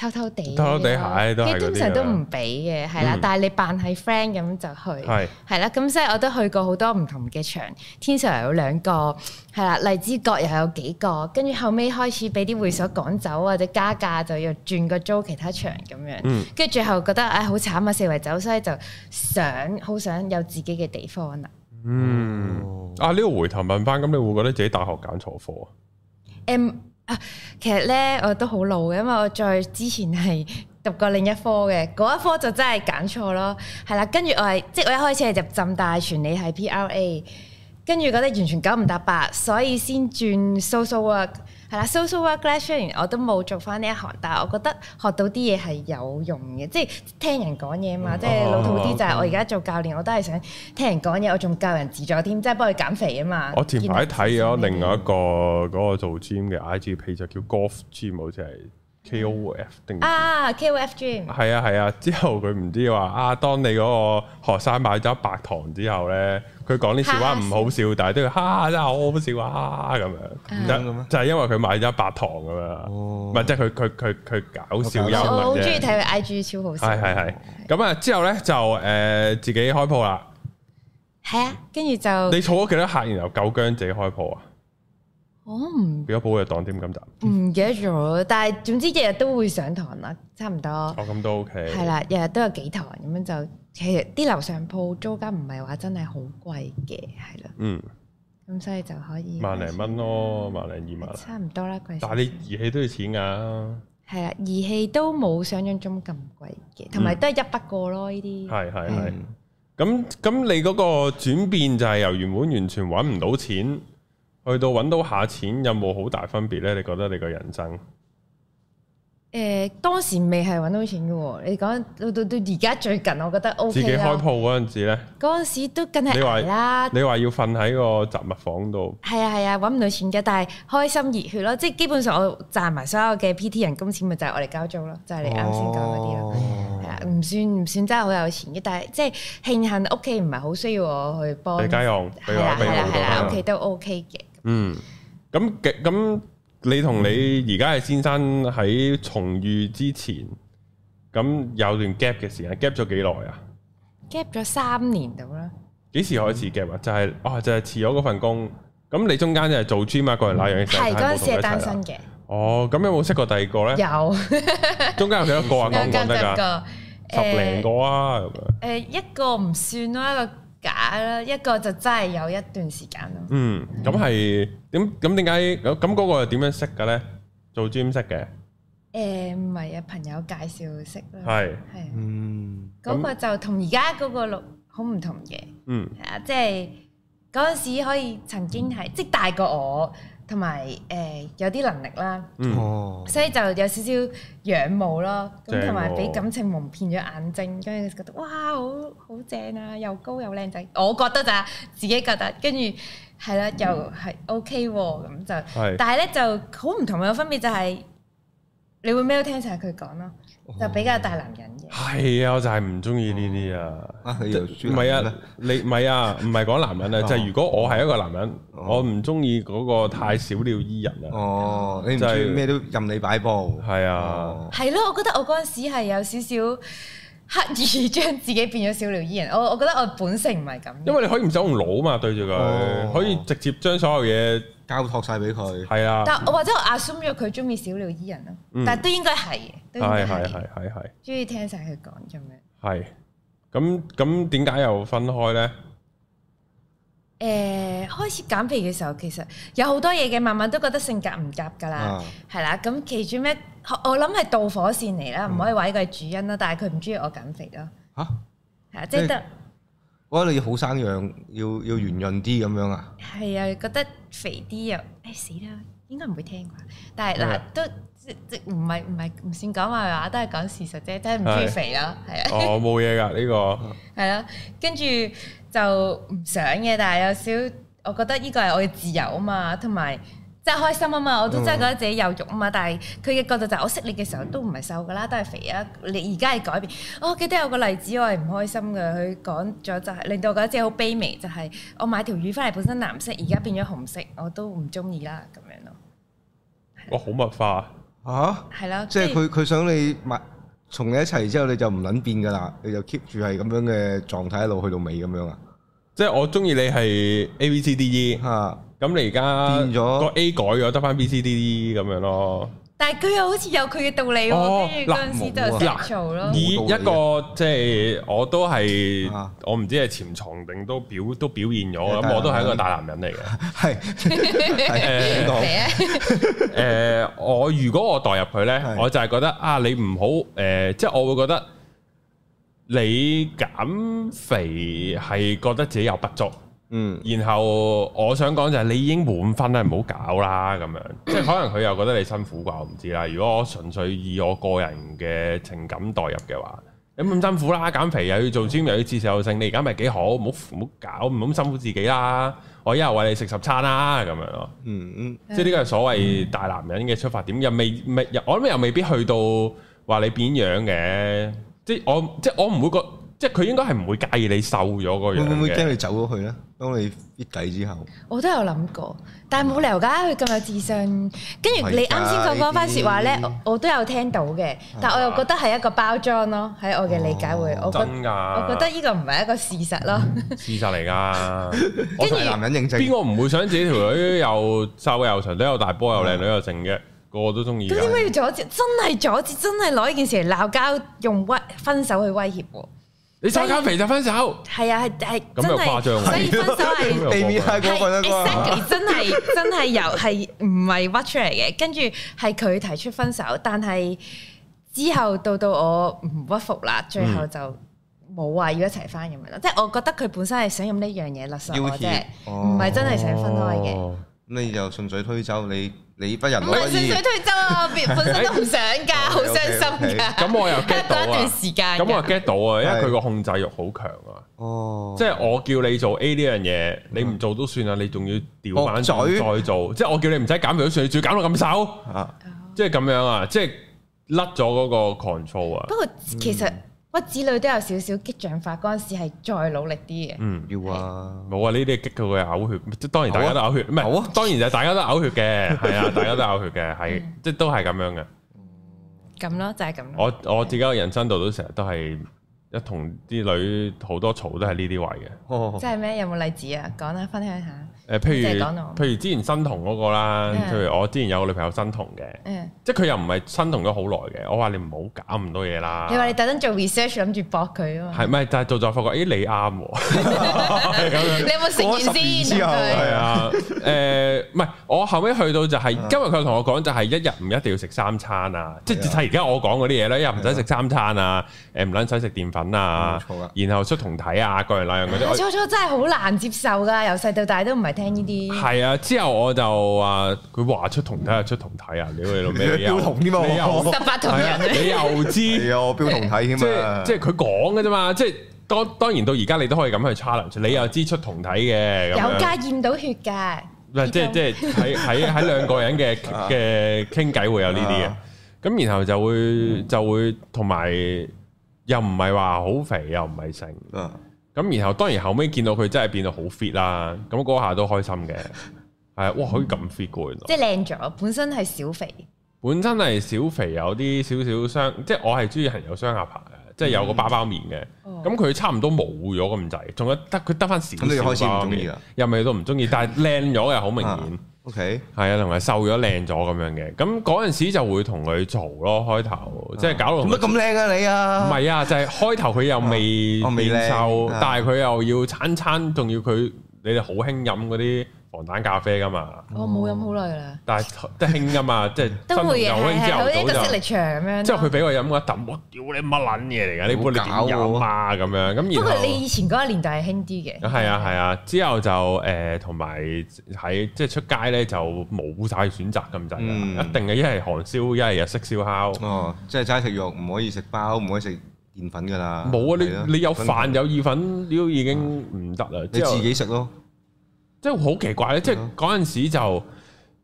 [SPEAKER 3] 偷偷地，
[SPEAKER 1] 偷偷地係都係
[SPEAKER 3] 跟住
[SPEAKER 1] 嗰啲
[SPEAKER 3] 通
[SPEAKER 1] 啊
[SPEAKER 3] 常都唔俾嘅，係啦。
[SPEAKER 1] 嗯
[SPEAKER 3] 但係你扮係 friend 咁就去，
[SPEAKER 1] 係
[SPEAKER 3] 係啦。咁所以我都去過好多唔同嘅場，天上有兩個，係啦，荔枝角又有幾個，跟住後尾開始俾啲會所趕走或者加價，就要轉個租其他場咁樣。
[SPEAKER 1] 嗯
[SPEAKER 3] 跟住最後覺得唉好慘啊，四圍走，所以就想好想有自己嘅地方啊啦。
[SPEAKER 1] 哦嗯，啊呢個回頭問翻，咁你會覺得自己大學揀錯科啊？
[SPEAKER 3] 誒其實咧，我都好老嘅，因為我再之前係讀過另一科嘅， 嗰一科就真係揀錯咯。係啦，跟住我係即係我一開始係入浸大傳理係 PRA，跟住覺得完全九唔搭八，所以先轉 social work。係啦，social work 咧雖然我都冇做翻呢一行，但係我覺得學到啲嘢係有用嘅，即係聽人講嘢
[SPEAKER 1] 嗯
[SPEAKER 3] 嘛，即
[SPEAKER 1] 哦
[SPEAKER 3] 係老土啲就係我而家做教練，我都係想聽人講嘢，我仲教人自助添，即係幫佢減肥啊嘛。
[SPEAKER 1] 我前排睇咗
[SPEAKER 3] 健康
[SPEAKER 1] 另外一個嗰個做 gym 嘅 IG page 就叫 Golf Gym，好似係 KOF 定唔知
[SPEAKER 3] 啊 KOF Dream。
[SPEAKER 1] 係啊係啊，之後佢唔知話啊，當你嗰個學生買咗白糖之後咧，佢講啲笑話唔好笑，但係都要哈真係好好笑啊咁
[SPEAKER 3] 嗯
[SPEAKER 1] 樣，
[SPEAKER 2] 咁嘅咩
[SPEAKER 1] 就就係因為佢買咗白糖咁樣，
[SPEAKER 2] 哦
[SPEAKER 1] 唔係即係佢佢佢佢搞笑幽
[SPEAKER 3] 我好
[SPEAKER 1] 默
[SPEAKER 3] 中意
[SPEAKER 1] 啫，
[SPEAKER 3] 睇佢 IG 超好笑。
[SPEAKER 1] 係係係。咁啊之後咧就誒自己開鋪啦，
[SPEAKER 3] 係啊，跟住就
[SPEAKER 1] 你儲咗幾多客，然後夠姜自己開鋪啊？
[SPEAKER 3] 我唔
[SPEAKER 1] 變咗寶藥黨添今集，
[SPEAKER 3] 唔記得咗，但係總之日日都會上堂啦，差唔多
[SPEAKER 1] 哦咁都 OK，
[SPEAKER 3] 係啦，日日都有幾堂咁樣就其實啲樓上鋪租金唔係話真係好貴嘅，係啦，
[SPEAKER 1] 嗯，
[SPEAKER 3] 咁所以就可以
[SPEAKER 1] 萬零蚊咯，萬零二萬，
[SPEAKER 3] 差唔多啦貴少少。
[SPEAKER 1] 但係你儀器都要錢㗎，
[SPEAKER 3] 係啦，儀器都冇想象中咁貴嘅，同埋都係一筆過咯呢啲。
[SPEAKER 1] 嗯係係係。
[SPEAKER 2] 嗯
[SPEAKER 1] 咁咁你嗰個轉變就係由原本完全揾唔到錢，去到揾到下錢，有冇好大分別呢？你覺得你個人生
[SPEAKER 3] 誒當時未係揾到錢嘅喎，你講到到到而家最近，我覺得 O
[SPEAKER 1] 自己
[SPEAKER 3] K
[SPEAKER 1] 開鋪
[SPEAKER 3] 啦。
[SPEAKER 1] 嗰陣時咧，
[SPEAKER 3] 嗰陣時都梗
[SPEAKER 1] 你
[SPEAKER 3] 係
[SPEAKER 1] 話
[SPEAKER 3] 捱啦，
[SPEAKER 1] 你話要瞓喺個雜物房度，
[SPEAKER 3] 係啊係啊，揾唔到錢嘅，但係開心熱血咯，即係基本上我賺埋所有嘅 PT 人工錢，咪就係我哋交租咯，就係、
[SPEAKER 1] 哦
[SPEAKER 3] 你啱先講嗰啲
[SPEAKER 2] 哦
[SPEAKER 3] 咯。係啊，唔算唔算真係好有錢嘅，但係即係慶幸屋企唔係好需要我去幫。
[SPEAKER 1] 俾家
[SPEAKER 3] 係
[SPEAKER 1] 用，俾
[SPEAKER 3] 啦
[SPEAKER 1] 話俾
[SPEAKER 3] 哦係啦
[SPEAKER 1] 我
[SPEAKER 3] 係啦，
[SPEAKER 1] 到
[SPEAKER 3] 屋企都 OK 嘅。
[SPEAKER 1] 嗯，咁嘅咁你同你而家嘅先生喺重遇之前，咁有段 gap 嘅時間，gap 咗幾耐啊？
[SPEAKER 3] gap 咗三年到啦，
[SPEAKER 1] 幾時開始 gap 啊？就係、哦，就係辭咗嗰份工。咁你中間就係做 gym 啊，個人那樣嘅時候，
[SPEAKER 3] 係嗰陣時係單
[SPEAKER 1] 身。
[SPEAKER 3] 身 嘅，
[SPEAKER 1] 哦，咁有冇識過第二個咧？
[SPEAKER 3] 有
[SPEAKER 1] 中間有幾多個啊？講唔講得㗎？
[SPEAKER 3] 個
[SPEAKER 1] 十零個啊，咁樣。
[SPEAKER 3] 誒一個唔算咯，一個假啦，一個就真係有一段時間咯。
[SPEAKER 1] 嗯，咁係點？咁點解咁咁嗰個係點樣識嘅咧？做 gym 識嘅，
[SPEAKER 3] 誒唔係啊，朋友介紹識啦，
[SPEAKER 1] 係
[SPEAKER 3] 係啊
[SPEAKER 2] 嗯，
[SPEAKER 3] 嗰個就同而家嗰個錄好唔同嘅，
[SPEAKER 1] 嗯
[SPEAKER 3] 係啊，即係嗰陣時可以曾經係即係大過我，同埋誒有啲能力啦，
[SPEAKER 1] 嗯，
[SPEAKER 2] 哦，
[SPEAKER 3] 所以就有少少仰慕咯，咁
[SPEAKER 1] 正
[SPEAKER 3] 同埋
[SPEAKER 1] 喎
[SPEAKER 3] 俾感情蒙騙咗眼睛，跟住覺得哇好好正啊，又高又靚仔，我覺得咋，自己覺得，跟住係啦，又係 OK 喎，咁就，
[SPEAKER 1] 係
[SPEAKER 3] 但係咧就好唔同嘅分別就係、你會咩都聽晒佢講咯，
[SPEAKER 2] 哦
[SPEAKER 3] 就比較大男人嘅。
[SPEAKER 1] 係啊！我就係唔中意呢啲啊。
[SPEAKER 2] 啊，你又輸
[SPEAKER 1] 唔係啊，你唔係啊，唔係講男人啊，
[SPEAKER 2] 哦
[SPEAKER 1] 就係如果我係一個男人，
[SPEAKER 2] 哦
[SPEAKER 1] 我唔中意嗰個太小鳥依人啊。
[SPEAKER 2] 哦，你唔
[SPEAKER 1] 就
[SPEAKER 2] 中
[SPEAKER 1] 係
[SPEAKER 2] 意咩都任你擺布，
[SPEAKER 1] 係啊，
[SPEAKER 2] 哦，
[SPEAKER 3] 係咯，我覺得我嗰陣時係有少少刻意將自己變咗小鳥依人，我我覺得我本性唔係咁
[SPEAKER 1] 因
[SPEAKER 3] 嘅。
[SPEAKER 1] 為你可以唔使用腦嘛，對住佢
[SPEAKER 2] 哦
[SPEAKER 1] 可以直接將所有嘢
[SPEAKER 2] 交託晒俾佢，
[SPEAKER 1] 係啊，
[SPEAKER 3] 但我或者我 assume 咗佢中意小鳥依人咯，
[SPEAKER 1] 嗯
[SPEAKER 3] 但係都應該係嘅，都應該
[SPEAKER 1] 係係
[SPEAKER 3] 係
[SPEAKER 1] 係係係。
[SPEAKER 3] 中意聽晒佢講咁樣。
[SPEAKER 1] 系，咁咁點解又分開呢？
[SPEAKER 3] 誒、開始減肥嘅時候，其實有好多嘢嘅，慢慢都覺得性格唔夾㗎啦
[SPEAKER 2] 啊，
[SPEAKER 3] 係啦、咁其中咩？我諗係導火線嚟啦，
[SPEAKER 1] 嗯
[SPEAKER 3] 唔可以話呢個係主因啦，但係佢唔中意我減肥咯，
[SPEAKER 2] 嚇，
[SPEAKER 3] 係啊，即係得
[SPEAKER 2] 我覺得你要好生樣，要要圓潤啲咁樣啊，
[SPEAKER 3] 係啊，覺得肥啲又誒、唉死啦，應該唔會聽啩。但係嗱
[SPEAKER 1] 咩，
[SPEAKER 3] 都即即唔係唔係唔算講壞話，都係講事實啫，都係唔中意
[SPEAKER 1] 係
[SPEAKER 3] 肥啦，係啊。
[SPEAKER 1] 哦，冇嘢噶呢個，
[SPEAKER 3] 係啦，跟住就唔想嘅，但係有少，我覺得呢個係我嘅自由啊嘛，同埋真係開心啊嘛，我都真係
[SPEAKER 1] 嗯
[SPEAKER 3] 覺得自己有肉啊嘛，但係佢嘅角度就係我識你嘅時候都唔係瘦噶啦，都係肥啊，你而家係改變。我記得有個例子我係唔開心嘅，佢講咗就係、令到我覺得自己好卑微，就係、我買條魚翻嚟本身藍色，而家變咗紅色，我都唔中意啦咁樣咯，
[SPEAKER 1] 哇，好物化，
[SPEAKER 2] 嚇，
[SPEAKER 3] 係啦，
[SPEAKER 2] 即係
[SPEAKER 3] 跟住
[SPEAKER 2] 佢佢想你買同你一齊之後，你就唔撚變噶啦，你就 keep 住係咁樣嘅狀態一路去到尾咁樣啊，
[SPEAKER 1] 即係我中意你係 A B C D E，
[SPEAKER 2] 嚇，
[SPEAKER 1] 咁你而家
[SPEAKER 2] 變咗
[SPEAKER 1] 個 A 改咗，得翻 B C D E 咁樣咯，
[SPEAKER 3] 但係佢又好似有佢嘅道理
[SPEAKER 1] 哦
[SPEAKER 3] 喎，跟住嗰陣時就
[SPEAKER 1] 嗱冇啊
[SPEAKER 3] 識做咯。
[SPEAKER 1] 以一
[SPEAKER 2] 冇道
[SPEAKER 1] 個即係我都係
[SPEAKER 2] 啊
[SPEAKER 1] 我唔知係潛藏定都表都表現咗，
[SPEAKER 2] 大男
[SPEAKER 1] 咁
[SPEAKER 2] 人
[SPEAKER 1] 我都係一個大男人嚟嘅。
[SPEAKER 2] 係
[SPEAKER 1] 誒
[SPEAKER 2] 係講
[SPEAKER 3] 嚟
[SPEAKER 1] 誒，
[SPEAKER 3] 啊！
[SPEAKER 1] 我如果我代入佢呢，
[SPEAKER 2] 係
[SPEAKER 1] 我就係覺得啊，你唔好誒，即係我會覺得你減肥係覺得自己有不足。
[SPEAKER 2] 嗯
[SPEAKER 1] 然後我想講就係你已經滿分啦，唔好搞啦咁樣，即係可能佢又覺得你辛苦啩，我唔知啦。如果我純粹以我個人嘅情感代入嘅話，你咁辛苦啦，減肥又要做 gym 又要節食又剩，你而家咪幾好，唔好唔好搞，唔好咁辛苦自己啦。我一日餵你食十餐啦咁樣咯，
[SPEAKER 2] 嗯嗯
[SPEAKER 1] 即係呢個係所謂大男人嘅出發點，又未未又我諗又未必去到話你變樣嘅，即係我即係我唔會覺，即係佢應該係唔會介意你瘦咗個
[SPEAKER 2] 會
[SPEAKER 1] 樣
[SPEAKER 2] 唔會
[SPEAKER 1] 嘅。
[SPEAKER 2] 驚你走咗去咧？當你 fit 計之後，
[SPEAKER 3] 我都有諗過，
[SPEAKER 1] 嗯
[SPEAKER 3] 但係冇理由㗎，佢咁有自信。跟住你啱先講嗰番説話咧
[SPEAKER 2] 係㗎呢啲，
[SPEAKER 3] 我我都有聽到嘅，但我又覺得係一個包裝咯。喺我嘅理解會，
[SPEAKER 2] 哦
[SPEAKER 3] 我覺
[SPEAKER 1] 啊真㗎，嗯
[SPEAKER 3] 我覺得呢個唔係一個事實咯。
[SPEAKER 1] 事實嚟噶，
[SPEAKER 2] 我
[SPEAKER 1] 我
[SPEAKER 2] 同男人認
[SPEAKER 1] 邊
[SPEAKER 2] 證，
[SPEAKER 1] 個唔會想自己條女又瘦又長，都有大波又靚女又剩嘅，個個都中意
[SPEAKER 3] 咁點
[SPEAKER 1] 㗎。
[SPEAKER 3] 解要阻止？真係阻止，真係攞呢件事嚟鬧交，用威分手去威脅喎。
[SPEAKER 1] 你瘦減肥就分手，
[SPEAKER 3] 係啊，係係
[SPEAKER 1] 咁
[SPEAKER 3] 真
[SPEAKER 1] 又誇張喎
[SPEAKER 3] 係，所以分手係。
[SPEAKER 1] 咁又
[SPEAKER 2] 避免太過分啦
[SPEAKER 3] 係
[SPEAKER 2] 啩。
[SPEAKER 3] exactly 真係真係由係唔係屈出嚟嘅，跟住係佢提出分手，但係之後到到我唔屈服啦，最後就冇話要一齊翻咁樣咯。即係我覺得佢本身係想用呢樣嘢勒索我
[SPEAKER 2] 要
[SPEAKER 3] 啫
[SPEAKER 2] 挾，哦
[SPEAKER 3] 唔係真係想分開嘅。
[SPEAKER 1] 哦
[SPEAKER 2] 咁你就順水推舟，你你不仁
[SPEAKER 3] 唔
[SPEAKER 2] 我
[SPEAKER 3] 係
[SPEAKER 2] 意
[SPEAKER 3] 順水，推 舟啊！我本身都唔想㗎，好傷心㗎。
[SPEAKER 1] 咁我又
[SPEAKER 3] 係
[SPEAKER 1] get 到
[SPEAKER 3] 嗰一段
[SPEAKER 1] 啊，
[SPEAKER 3] 時間
[SPEAKER 1] 咁我又
[SPEAKER 3] 㗎，
[SPEAKER 1] get 到啊，因
[SPEAKER 2] 係
[SPEAKER 1] 為佢個控制欲好強啊，
[SPEAKER 2] 哦，
[SPEAKER 1] 即係我叫你做 A 呢樣嘢，你唔做都算啦，你仲要調翻
[SPEAKER 2] 駁嘴
[SPEAKER 1] 再做，即係我叫你唔使減肥都算，你仲要減到咁瘦，
[SPEAKER 2] 啊，
[SPEAKER 1] 即係咁樣啊，即係甩咗嗰個 control 啊
[SPEAKER 3] 不，過其實屈子女都有少少激將法，嗰陣時係再努力啲嘅。
[SPEAKER 1] 嗯。
[SPEAKER 2] 要啊，
[SPEAKER 1] 冇啊！呢啲激到佢嘔血，即係當然大家都嘔血，唔
[SPEAKER 2] 嘔啊
[SPEAKER 1] 係當然就大家都嘔血 嘅，係啊，大家都嘔血嘅，係
[SPEAKER 3] 嗯
[SPEAKER 1] 即係都係咁樣嘅。
[SPEAKER 3] 咁咯，就係咁咯。
[SPEAKER 1] 我我自己嘅人生度都成日都係一同啲女好多嘈都係呢啲位嘅。
[SPEAKER 2] 哦
[SPEAKER 3] 即，係咩？有冇例子啊？講啦，分享下。
[SPEAKER 1] 誒，譬
[SPEAKER 3] 即係
[SPEAKER 1] 如
[SPEAKER 3] 講到
[SPEAKER 1] 譬如之前新同嗰個啦，
[SPEAKER 3] 嗯
[SPEAKER 1] 譬如我之前有個女朋友新同嘅，
[SPEAKER 3] 嗯，
[SPEAKER 1] 即係佢又唔係新同咗好耐嘅，我話你唔好搞咁多嘢啦。
[SPEAKER 3] 你話你特登做 research 諗住搏佢啊嘛？
[SPEAKER 1] 啊係咪？但係做咗發覺，咦你啱喎，係咁樣。
[SPEAKER 3] 你有冇
[SPEAKER 2] 過咗
[SPEAKER 3] 食
[SPEAKER 2] 十年
[SPEAKER 3] 完
[SPEAKER 2] 之
[SPEAKER 3] 先？
[SPEAKER 2] 後
[SPEAKER 1] 係
[SPEAKER 3] 佢
[SPEAKER 1] 啊， 誒，唔係，我後尾去到就係，
[SPEAKER 2] 啊
[SPEAKER 1] 因為佢同我講就係一日唔一定要食三餐啊，即係係而家我講嗰啲嘢咧，一日唔使食三餐啊，誒唔撚使食澱粉啊
[SPEAKER 2] 冇錯啊，
[SPEAKER 1] 然後出酮體啊，各樣那樣嗰啲
[SPEAKER 3] 我
[SPEAKER 1] 我。
[SPEAKER 3] 初初真係好難接受噶，由細到大都唔係聽呢啲。
[SPEAKER 1] 係啊，之後我就話佢話出酮體就出酮體啊，屌你老味，你又
[SPEAKER 2] 標同添啊
[SPEAKER 1] 你又
[SPEAKER 2] 我
[SPEAKER 3] 十八同
[SPEAKER 1] 係啊
[SPEAKER 3] 人，
[SPEAKER 1] 你又知。
[SPEAKER 2] 係啊，我標同體添
[SPEAKER 1] 即
[SPEAKER 2] 啊
[SPEAKER 1] 係，即係佢講嘅啫嘛，即係當當然到而家你都可以咁去 challenge，你又知出同體嘅咁樣
[SPEAKER 3] 有加驗到血㗎。
[SPEAKER 1] 唔係即係即係喺 喺喺兩個人嘅嘅傾偈會有呢
[SPEAKER 2] 啊
[SPEAKER 1] 啲嘅，咁然後就會就會同埋又唔係話好肥又唔係剩，
[SPEAKER 2] 啊
[SPEAKER 1] 咁然後當然後尾見到佢真係變到好 fit 啦，咁嗰下都開心嘅，係啊哇可以咁 fit 嘅原來，
[SPEAKER 3] 即係靚咗，本身係小肥，
[SPEAKER 1] 本身係小肥有啲少少雙，即係我係中意人有雙下巴嘅，即係有個包包面嘅。
[SPEAKER 3] 哦
[SPEAKER 1] 咁佢差唔多冇咗咁滯，仲有得佢得翻少少
[SPEAKER 2] 咁你開始唔
[SPEAKER 1] 包
[SPEAKER 2] 鍾意啊
[SPEAKER 1] 面
[SPEAKER 2] 啦，
[SPEAKER 1] 又咪都唔中意，但係靚咗又好明顯。
[SPEAKER 2] ，OK，
[SPEAKER 1] 係啊，同埋瘦咗靚咗咁樣嘅，咁嗰陣時就會同佢嘈咯，開頭即係搞到
[SPEAKER 2] 啊
[SPEAKER 1] 同
[SPEAKER 2] 做乜
[SPEAKER 1] 佢
[SPEAKER 2] 咁靚啊你
[SPEAKER 1] 唔
[SPEAKER 2] 啊？
[SPEAKER 1] 係啊，就係開頭佢又
[SPEAKER 2] 啊哦
[SPEAKER 1] 未
[SPEAKER 2] 未
[SPEAKER 1] 變瘦
[SPEAKER 2] 靚啊，
[SPEAKER 1] 但係佢又要餐餐，仲要佢你哋好興飲嗰啲防彈咖啡噶嘛，
[SPEAKER 3] 我冇飲好耐啦，
[SPEAKER 1] 但係 都興噶嘛，即係
[SPEAKER 3] 都會嘅，
[SPEAKER 1] 新同舊
[SPEAKER 3] 係
[SPEAKER 1] 興
[SPEAKER 3] 係
[SPEAKER 1] 朝
[SPEAKER 3] 好似一
[SPEAKER 1] 頭
[SPEAKER 3] 個
[SPEAKER 1] 早就
[SPEAKER 3] signature 咁樣咯。
[SPEAKER 1] 之後佢俾我飲嗰一啖，我屌你乜撚嘢嚟㗎？你杯你點飲啊？咁樣咁然
[SPEAKER 3] 不過
[SPEAKER 1] 後
[SPEAKER 3] 你以前嗰個年代係興啲嘅。
[SPEAKER 1] 係啊係啊，之後就誒同埋喺即係出街咧就冇晒選擇咁滯㗎
[SPEAKER 2] 嗯
[SPEAKER 1] 啦，一定嘅一係韓燒，一係日式燒烤。
[SPEAKER 2] 哦，即係齋食肉，唔可以食包，唔可以食澱粉㗎啦。
[SPEAKER 1] 冇
[SPEAKER 2] 係
[SPEAKER 1] 啊！
[SPEAKER 2] 咯
[SPEAKER 1] 你你有飯有意粉都已經唔得啦，
[SPEAKER 2] 你
[SPEAKER 1] 之後
[SPEAKER 2] 自己嗯食咯，
[SPEAKER 1] 即係好奇怪咧，即係嗰陣時就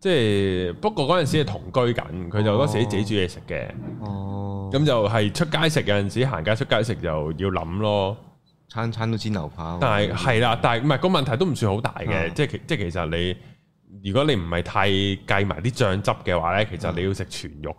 [SPEAKER 1] 即係不過嗰陣時係同居緊，佢就嗰時自己煮嘢食嘅，
[SPEAKER 2] 哦，
[SPEAKER 1] 咁就係出街食有陣時行街出街食就要諗咯。
[SPEAKER 2] 餐餐都煎牛扒喎。
[SPEAKER 1] 但係係啦，但係唔係個問題都唔算好大嘅，
[SPEAKER 2] 啊
[SPEAKER 1] 即係其即係其實你如果你唔係太計埋啲醬汁嘅話咧，其
[SPEAKER 2] 嗯
[SPEAKER 1] 實你要食全肉。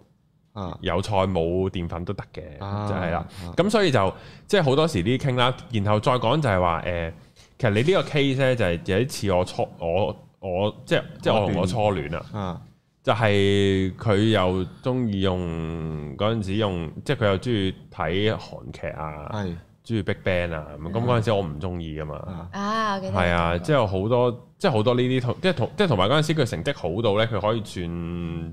[SPEAKER 2] 啊，
[SPEAKER 1] 有菜冇澱粉都得嘅，
[SPEAKER 2] 啊
[SPEAKER 1] 就係啦
[SPEAKER 2] 啊。
[SPEAKER 1] 咁所以就即係好多時呢啲傾啦，然後再講就係話誒，其實你呢個 case 咧就係有一次我初我我即係即係我同我初戀啊，
[SPEAKER 2] 啊，
[SPEAKER 1] 就係佢又中意用嗰陣時用，即係佢又中意睇韓劇啊，
[SPEAKER 2] 係
[SPEAKER 1] 中意 Big Bang 啊咁。咁嗰陣時我唔中意噶嘛，
[SPEAKER 2] 啊，
[SPEAKER 3] 啊，我記得
[SPEAKER 1] 係啊，即係有好多，即係好多呢啲同，即係同，即係同埋嗰陣時佢成績好到咧，佢可以轉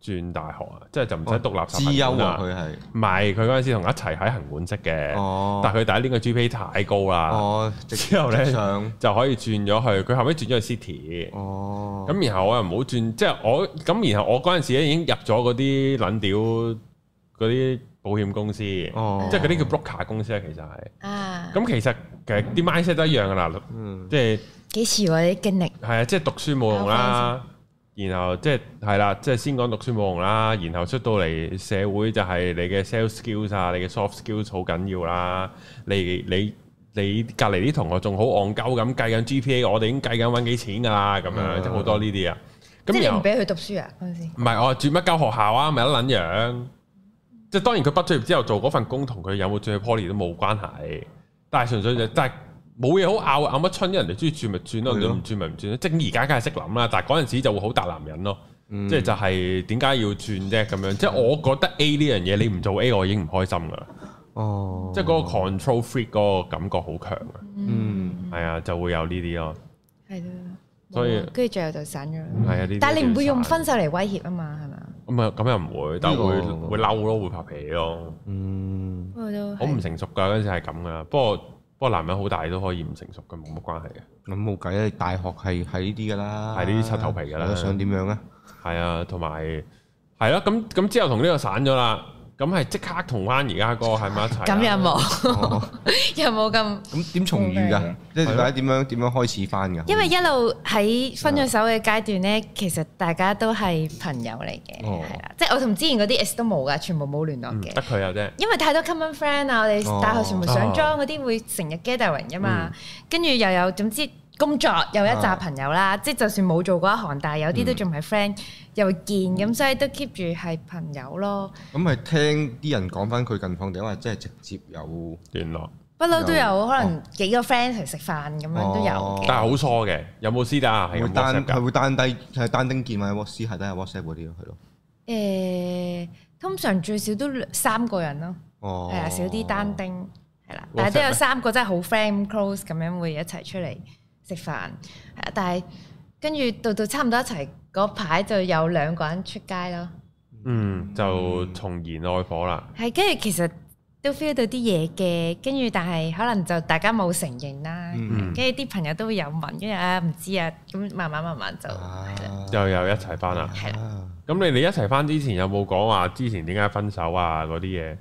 [SPEAKER 1] 轉大學啊，即係就唔使讀垃圾
[SPEAKER 2] 哦資
[SPEAKER 1] 行
[SPEAKER 2] 優
[SPEAKER 1] 管
[SPEAKER 2] 啊，
[SPEAKER 1] 啊。
[SPEAKER 2] 佢係
[SPEAKER 1] 唔係，佢嗰陣時同我一齊喺行管識嘅，
[SPEAKER 2] 哦
[SPEAKER 1] 但係佢第一年嘅 GPA 太高啦，
[SPEAKER 2] 哦，直
[SPEAKER 1] 之後咧
[SPEAKER 2] 直上
[SPEAKER 1] 就可以轉咗去。佢後尾轉咗去 City。
[SPEAKER 2] 哦，
[SPEAKER 1] 咁然後我又唔好轉，即係我咁，然後我嗰陣時咧已經入咗嗰啲撚屌嗰啲保險公司，
[SPEAKER 2] 哦，
[SPEAKER 1] 即係嗰啲叫 broker 公司啊，其實係。
[SPEAKER 3] 啊，
[SPEAKER 1] 咁其實其實啲 mindset 都一樣噶啦，
[SPEAKER 2] 嗯
[SPEAKER 1] 即係
[SPEAKER 3] 幾時喎啲經歷？
[SPEAKER 1] 係啊，即係讀書冇用啦，然後即係係啦，即係先講讀書冇用啦，然後出到嚟社會就係你嘅 sales skills 啊，你嘅 soft skills 好緊要啦，你你。你隔離啲同學仲好戇鳩咁計緊 GPA，我哋已經計緊揾幾錢㗎啦，咁樣即係好多呢啲啊。
[SPEAKER 3] 即係
[SPEAKER 1] 咁
[SPEAKER 3] 你
[SPEAKER 1] 然
[SPEAKER 3] 唔
[SPEAKER 1] 後。
[SPEAKER 3] 俾佢讀書啊？嗰陣時
[SPEAKER 1] 唔係，我係住乜鳩學校啊，咪一撚樣。即係當然佢畢咗業之後做嗰份工，同佢有冇轉去 poly 都冇關係。但係純粹就但係冇嘢好拗，拗乜春？人哋中意轉咪轉咯，
[SPEAKER 2] 係
[SPEAKER 1] 你
[SPEAKER 2] 咯
[SPEAKER 1] 唔轉咪唔轉咯。即係而家梗係識諗啦，但係嗰陣時就會好大男人咯。
[SPEAKER 2] 嗯
[SPEAKER 1] 即係就係點解要轉啫咁樣？即係我覺得 A 呢樣嘢你唔做 A，我已經唔開心噶啦。
[SPEAKER 2] 哦，
[SPEAKER 1] 即係嗰個 control freak 嗰個感覺好強啊。
[SPEAKER 2] 嗯
[SPEAKER 1] 係啊，就會有呢啲咯。
[SPEAKER 3] 係咯，
[SPEAKER 1] 所以
[SPEAKER 3] 冇啊跟住最後就散咗啦。
[SPEAKER 1] 係啊，呢啲
[SPEAKER 3] 但係你唔會用
[SPEAKER 1] 都要
[SPEAKER 3] 分手嚟威脅啊嘛？係咪啊？
[SPEAKER 1] 散咁啊？咁又唔會，但係會
[SPEAKER 2] 呢個
[SPEAKER 1] 會嬲咯，會發脾氣咯。
[SPEAKER 2] 嗯，
[SPEAKER 3] 不過都係
[SPEAKER 1] 我唔成熟噶，嗰陣時係咁噶。不過不過男人好大都可以唔成熟嘅，冇乜關係嘅。
[SPEAKER 2] 咁冇計啊，你大學係係呢啲噶啦，
[SPEAKER 1] 係呢啲柒頭皮㗎啦
[SPEAKER 2] 我想點樣啊？
[SPEAKER 1] 係啊，同埋係咯。咁咁之後同呢個散咗啦，咁係即刻同翻而家嗰個喺埋一齊啊。
[SPEAKER 3] 咁有 冇？有冇咁？
[SPEAKER 2] 哦咁點重遇
[SPEAKER 3] 冇計
[SPEAKER 2] 㗎？即係或者點樣點樣開始翻㗎？
[SPEAKER 3] 因為一路喺分咗手嘅階段咧，其實大家都係朋友嚟嘅，
[SPEAKER 2] 哦
[SPEAKER 3] 係啦、啊即係我同之前嗰啲 S 都冇噶，全部冇聯絡
[SPEAKER 1] 嗯
[SPEAKER 3] 嘅。
[SPEAKER 1] 得佢有啫。
[SPEAKER 3] 因為太多 common friend 啊，我哋
[SPEAKER 2] 哦
[SPEAKER 3] 大學全部上莊嗰啲會成日 gathering 噶嘛，
[SPEAKER 1] 嗯
[SPEAKER 3] 跟住又有總之工作又有一紮朋友
[SPEAKER 1] 啊
[SPEAKER 3] 啦，即係就算冇做過一行，但係有
[SPEAKER 1] 嗯
[SPEAKER 3] 啲都仲係 friend，又會見咁，所以都 keep 住係朋友咯，
[SPEAKER 2] 咁係聽啲人講翻佢近況定話即係直接有
[SPEAKER 1] 聯絡，
[SPEAKER 3] 不嬲都有
[SPEAKER 2] 有
[SPEAKER 3] 可能幾個 friend 一齊食飯咁樣都有嘅
[SPEAKER 2] 哦。
[SPEAKER 1] 但係好疏嘅。有冇私底下係
[SPEAKER 2] 會
[SPEAKER 1] 咁
[SPEAKER 2] 單
[SPEAKER 1] WhatsApp
[SPEAKER 2] 係
[SPEAKER 1] 㗎？
[SPEAKER 2] 會單低係單丁見或者 WhatsApp 係啊單係 WhatsApp 嗰啲咯，係咯。
[SPEAKER 3] 誒、通常最少都兩三個人咯。
[SPEAKER 2] 哦，
[SPEAKER 3] 係啊，少啲單丁係啦
[SPEAKER 1] WhatsApp，
[SPEAKER 3] 但係都有
[SPEAKER 1] 咩
[SPEAKER 3] 三個真係好 friend close 咁樣會一齊出嚟食飯，係啊，但係跟住到到差唔多一齊嗰排就有兩個人出街咯，
[SPEAKER 1] 嗯，就重燃愛火啦。
[SPEAKER 3] 係跟住其實都 feel 到啲嘢嘅，跟住但係可能就大家冇承認啦，
[SPEAKER 2] 嗯
[SPEAKER 3] 跟住啲朋友都會有問，跟住啊唔知啊，咁慢慢慢慢就
[SPEAKER 2] 啊
[SPEAKER 1] 又又一齊嗯翻啦。
[SPEAKER 3] 係啦，
[SPEAKER 2] 啊
[SPEAKER 1] 咁你哋一齊翻之前有冇講話之前點解分手啊嗰啲嘢？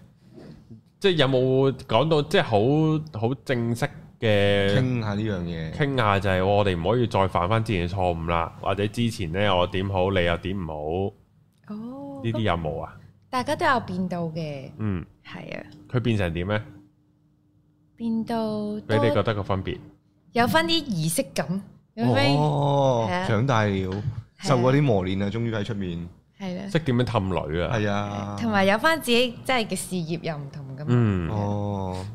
[SPEAKER 1] 即係有冇講到即係好好正式嘅
[SPEAKER 2] 傾下呢樣嘢。
[SPEAKER 1] 傾下就係哦我哋唔可以再犯翻之前嘅錯誤啦，或者之前呢，我點好你又點唔
[SPEAKER 3] 哦
[SPEAKER 1] 好，呢啲有冇啊？
[SPEAKER 3] 大家都有變到嘅，
[SPEAKER 1] 嗯，
[SPEAKER 3] 係啊，
[SPEAKER 1] 佢變成點呢？
[SPEAKER 3] 變到
[SPEAKER 1] 你哋覺
[SPEAKER 3] 多
[SPEAKER 1] 得個分別？
[SPEAKER 3] 有翻啲儀式感，有翻啲
[SPEAKER 2] 哦
[SPEAKER 3] 係啊，啊
[SPEAKER 2] 長大了，受過啲磨練啊啦，終於喺出面。
[SPEAKER 3] 係啦。
[SPEAKER 1] 識點樣氹女啊？
[SPEAKER 2] 係啊，
[SPEAKER 3] 同埋有翻自己真係嘅事業又唔同咁，
[SPEAKER 1] 嗯，
[SPEAKER 2] 哦，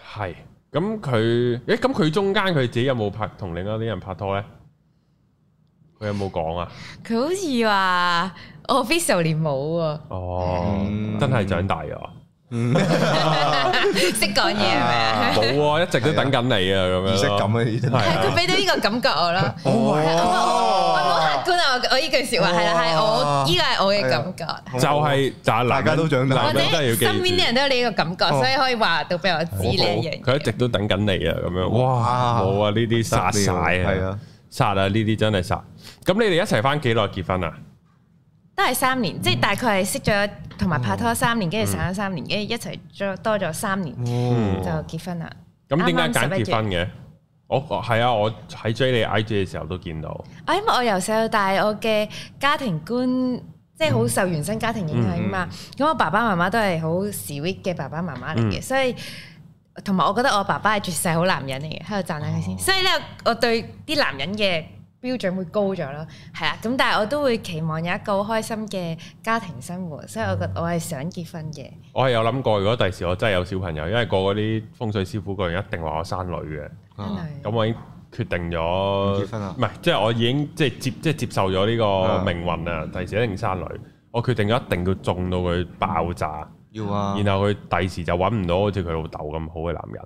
[SPEAKER 1] 係。咁佢，誒咁佢中間佢自己有冇拍同另一啲人拍拖呢？佢有冇講啊？
[SPEAKER 3] 佢好似話我 officially 冇
[SPEAKER 1] 哦，
[SPEAKER 2] 嗯
[SPEAKER 1] 真係長大咗，
[SPEAKER 3] 喎，識講嘢係咪啊？
[SPEAKER 1] 冇啊，一直都等緊你啊，咁樣咯
[SPEAKER 2] 儀式感啊，真
[SPEAKER 1] 係哦
[SPEAKER 2] 係。
[SPEAKER 3] 係佢俾到呢個感覺我咯，我好客觀啊！我我呢句説話係啦，係我呢個係我嘅感覺，
[SPEAKER 2] 啊
[SPEAKER 1] 就係就係男人
[SPEAKER 2] 大家都長大
[SPEAKER 1] 男
[SPEAKER 3] 或者
[SPEAKER 1] 人真係要記住
[SPEAKER 3] 身邊啲人都有你呢個感覺，
[SPEAKER 2] 哦
[SPEAKER 3] 所以可以話到俾我知呢一樣
[SPEAKER 1] 佢一直
[SPEAKER 3] 嘢。
[SPEAKER 1] 都等緊你啊，咁樣哇，
[SPEAKER 2] 哇
[SPEAKER 1] 冇啊，呢啲殺晒
[SPEAKER 2] 係
[SPEAKER 1] 啊
[SPEAKER 2] 啊，
[SPEAKER 1] 殺啊，呢啲真係殺。咁你哋一齊翻幾耐結婚啊？
[SPEAKER 3] 都係三
[SPEAKER 1] 嗯
[SPEAKER 3] 年，即係大概係識咗同埋拍拖三年，跟住散咗三年，跟住一齊咗多咗三年
[SPEAKER 1] 嗯
[SPEAKER 3] 就
[SPEAKER 2] 哦，
[SPEAKER 3] 結婚啦。
[SPEAKER 1] 咁點解
[SPEAKER 3] 啱啱
[SPEAKER 1] 揀
[SPEAKER 3] 11
[SPEAKER 1] 結婚嘅？我我係啊，我喺追你 IG 嘅時候都見到，
[SPEAKER 3] 啊，因為我由細到大，我嘅家庭觀即係
[SPEAKER 1] 嗯
[SPEAKER 3] 好受原生家庭影響嘛。咁、我爸爸媽媽都係好 sweet 嘅爸爸媽媽嚟嘅，
[SPEAKER 1] 嗯
[SPEAKER 3] 所以同埋我覺得我爸爸係絕世好男人嚟嘅，喺度讚下佢先。
[SPEAKER 1] 哦
[SPEAKER 3] 所以咧，我對啲男人嘅標準會高咗咯，係啦。咁但係我都會期望有一個好開心嘅家庭生活，所以我覺
[SPEAKER 1] 嗯
[SPEAKER 3] 我係想結婚嘅。
[SPEAKER 1] 我係有諗過，如果第時我真係有小朋友，因為個嗰啲風水師傅個人一定話我生女嘅，
[SPEAKER 3] 真係
[SPEAKER 1] 咁我已經決定咗
[SPEAKER 2] 唔嗯啊結婚啊
[SPEAKER 1] 唔係即係我已經即係接即係接受咗呢
[SPEAKER 2] 啊
[SPEAKER 1] 個命運啊，第時一定生女，我決定咗一定要中到佢爆炸，
[SPEAKER 2] 要啊，
[SPEAKER 1] 然後佢第時就揾唔到好似佢老豆咁好嘅男人。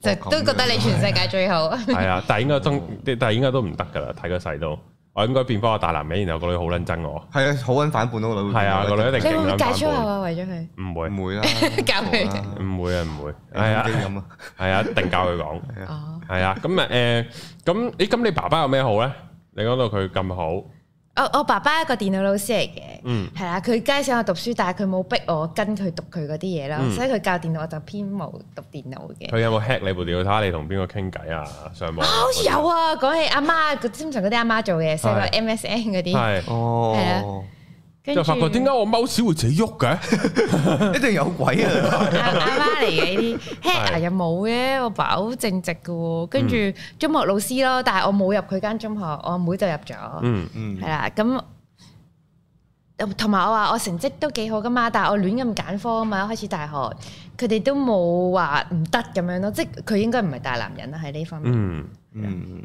[SPEAKER 3] 就都覺得你全世界最好。
[SPEAKER 1] 係啊，但係應該都，但係應該都唔得㗎啦，睇個細都，我應該變翻個大男人，然後個女好撚憎我，
[SPEAKER 2] 係啊，好撚反叛咯，個女會
[SPEAKER 1] 係啊
[SPEAKER 2] 變到
[SPEAKER 1] 個女一定
[SPEAKER 3] 你會唔會戒粗口啊？為咗佢，
[SPEAKER 1] 唔會，
[SPEAKER 2] 唔會啦，
[SPEAKER 3] 教佢
[SPEAKER 1] 唔會啊，唔會，係
[SPEAKER 2] 係
[SPEAKER 1] 啊
[SPEAKER 2] 啊，，咁啊，
[SPEAKER 1] 係啊，一定教佢講，
[SPEAKER 3] 哦，
[SPEAKER 1] 係啊，咁啊誒，咁咦，咁你爸爸有咩好咧？你講到佢咁好，
[SPEAKER 3] 我我爸爸一個電腦老師嚟嘅，
[SPEAKER 1] 嗯
[SPEAKER 3] 係啦，佢梗係想我讀書，但係佢冇逼我跟佢讀佢嗰啲嘢啦
[SPEAKER 1] 嗯，
[SPEAKER 3] 所以佢教電腦我就偏冇讀電腦嘅。
[SPEAKER 1] 佢有冇 hack 你部電腦睇下你同邊個傾偈啊？上網
[SPEAKER 3] 好似有啊，講起阿媽，佢通常嗰啲阿媽做嘅，寫個
[SPEAKER 1] 係
[SPEAKER 3] MSN 嗰啲，
[SPEAKER 1] 係，
[SPEAKER 2] 哦，
[SPEAKER 3] 跟
[SPEAKER 1] 就
[SPEAKER 3] 住
[SPEAKER 1] 發覺點解我踎屎會自己喐嘅？
[SPEAKER 2] 一定有鬼啊！
[SPEAKER 3] 阿阿媽嚟嘅呢 啲 hacker 又冇嘅，我爸好正直嘅喎。跟住
[SPEAKER 1] 嗯
[SPEAKER 3] 中學老師咯，但係我冇入佢間中學，我阿妹就入咗，
[SPEAKER 1] 嗯
[SPEAKER 2] 嗯
[SPEAKER 3] 係，啊啦咁。同埋我話我成績都幾好噶嘛，但係我亂咁揀科啊嘛，開始大學佢哋都冇話唔得咁樣咯，即係佢應該唔係大男人啦喺呢方面。
[SPEAKER 1] 嗯
[SPEAKER 2] 嗯，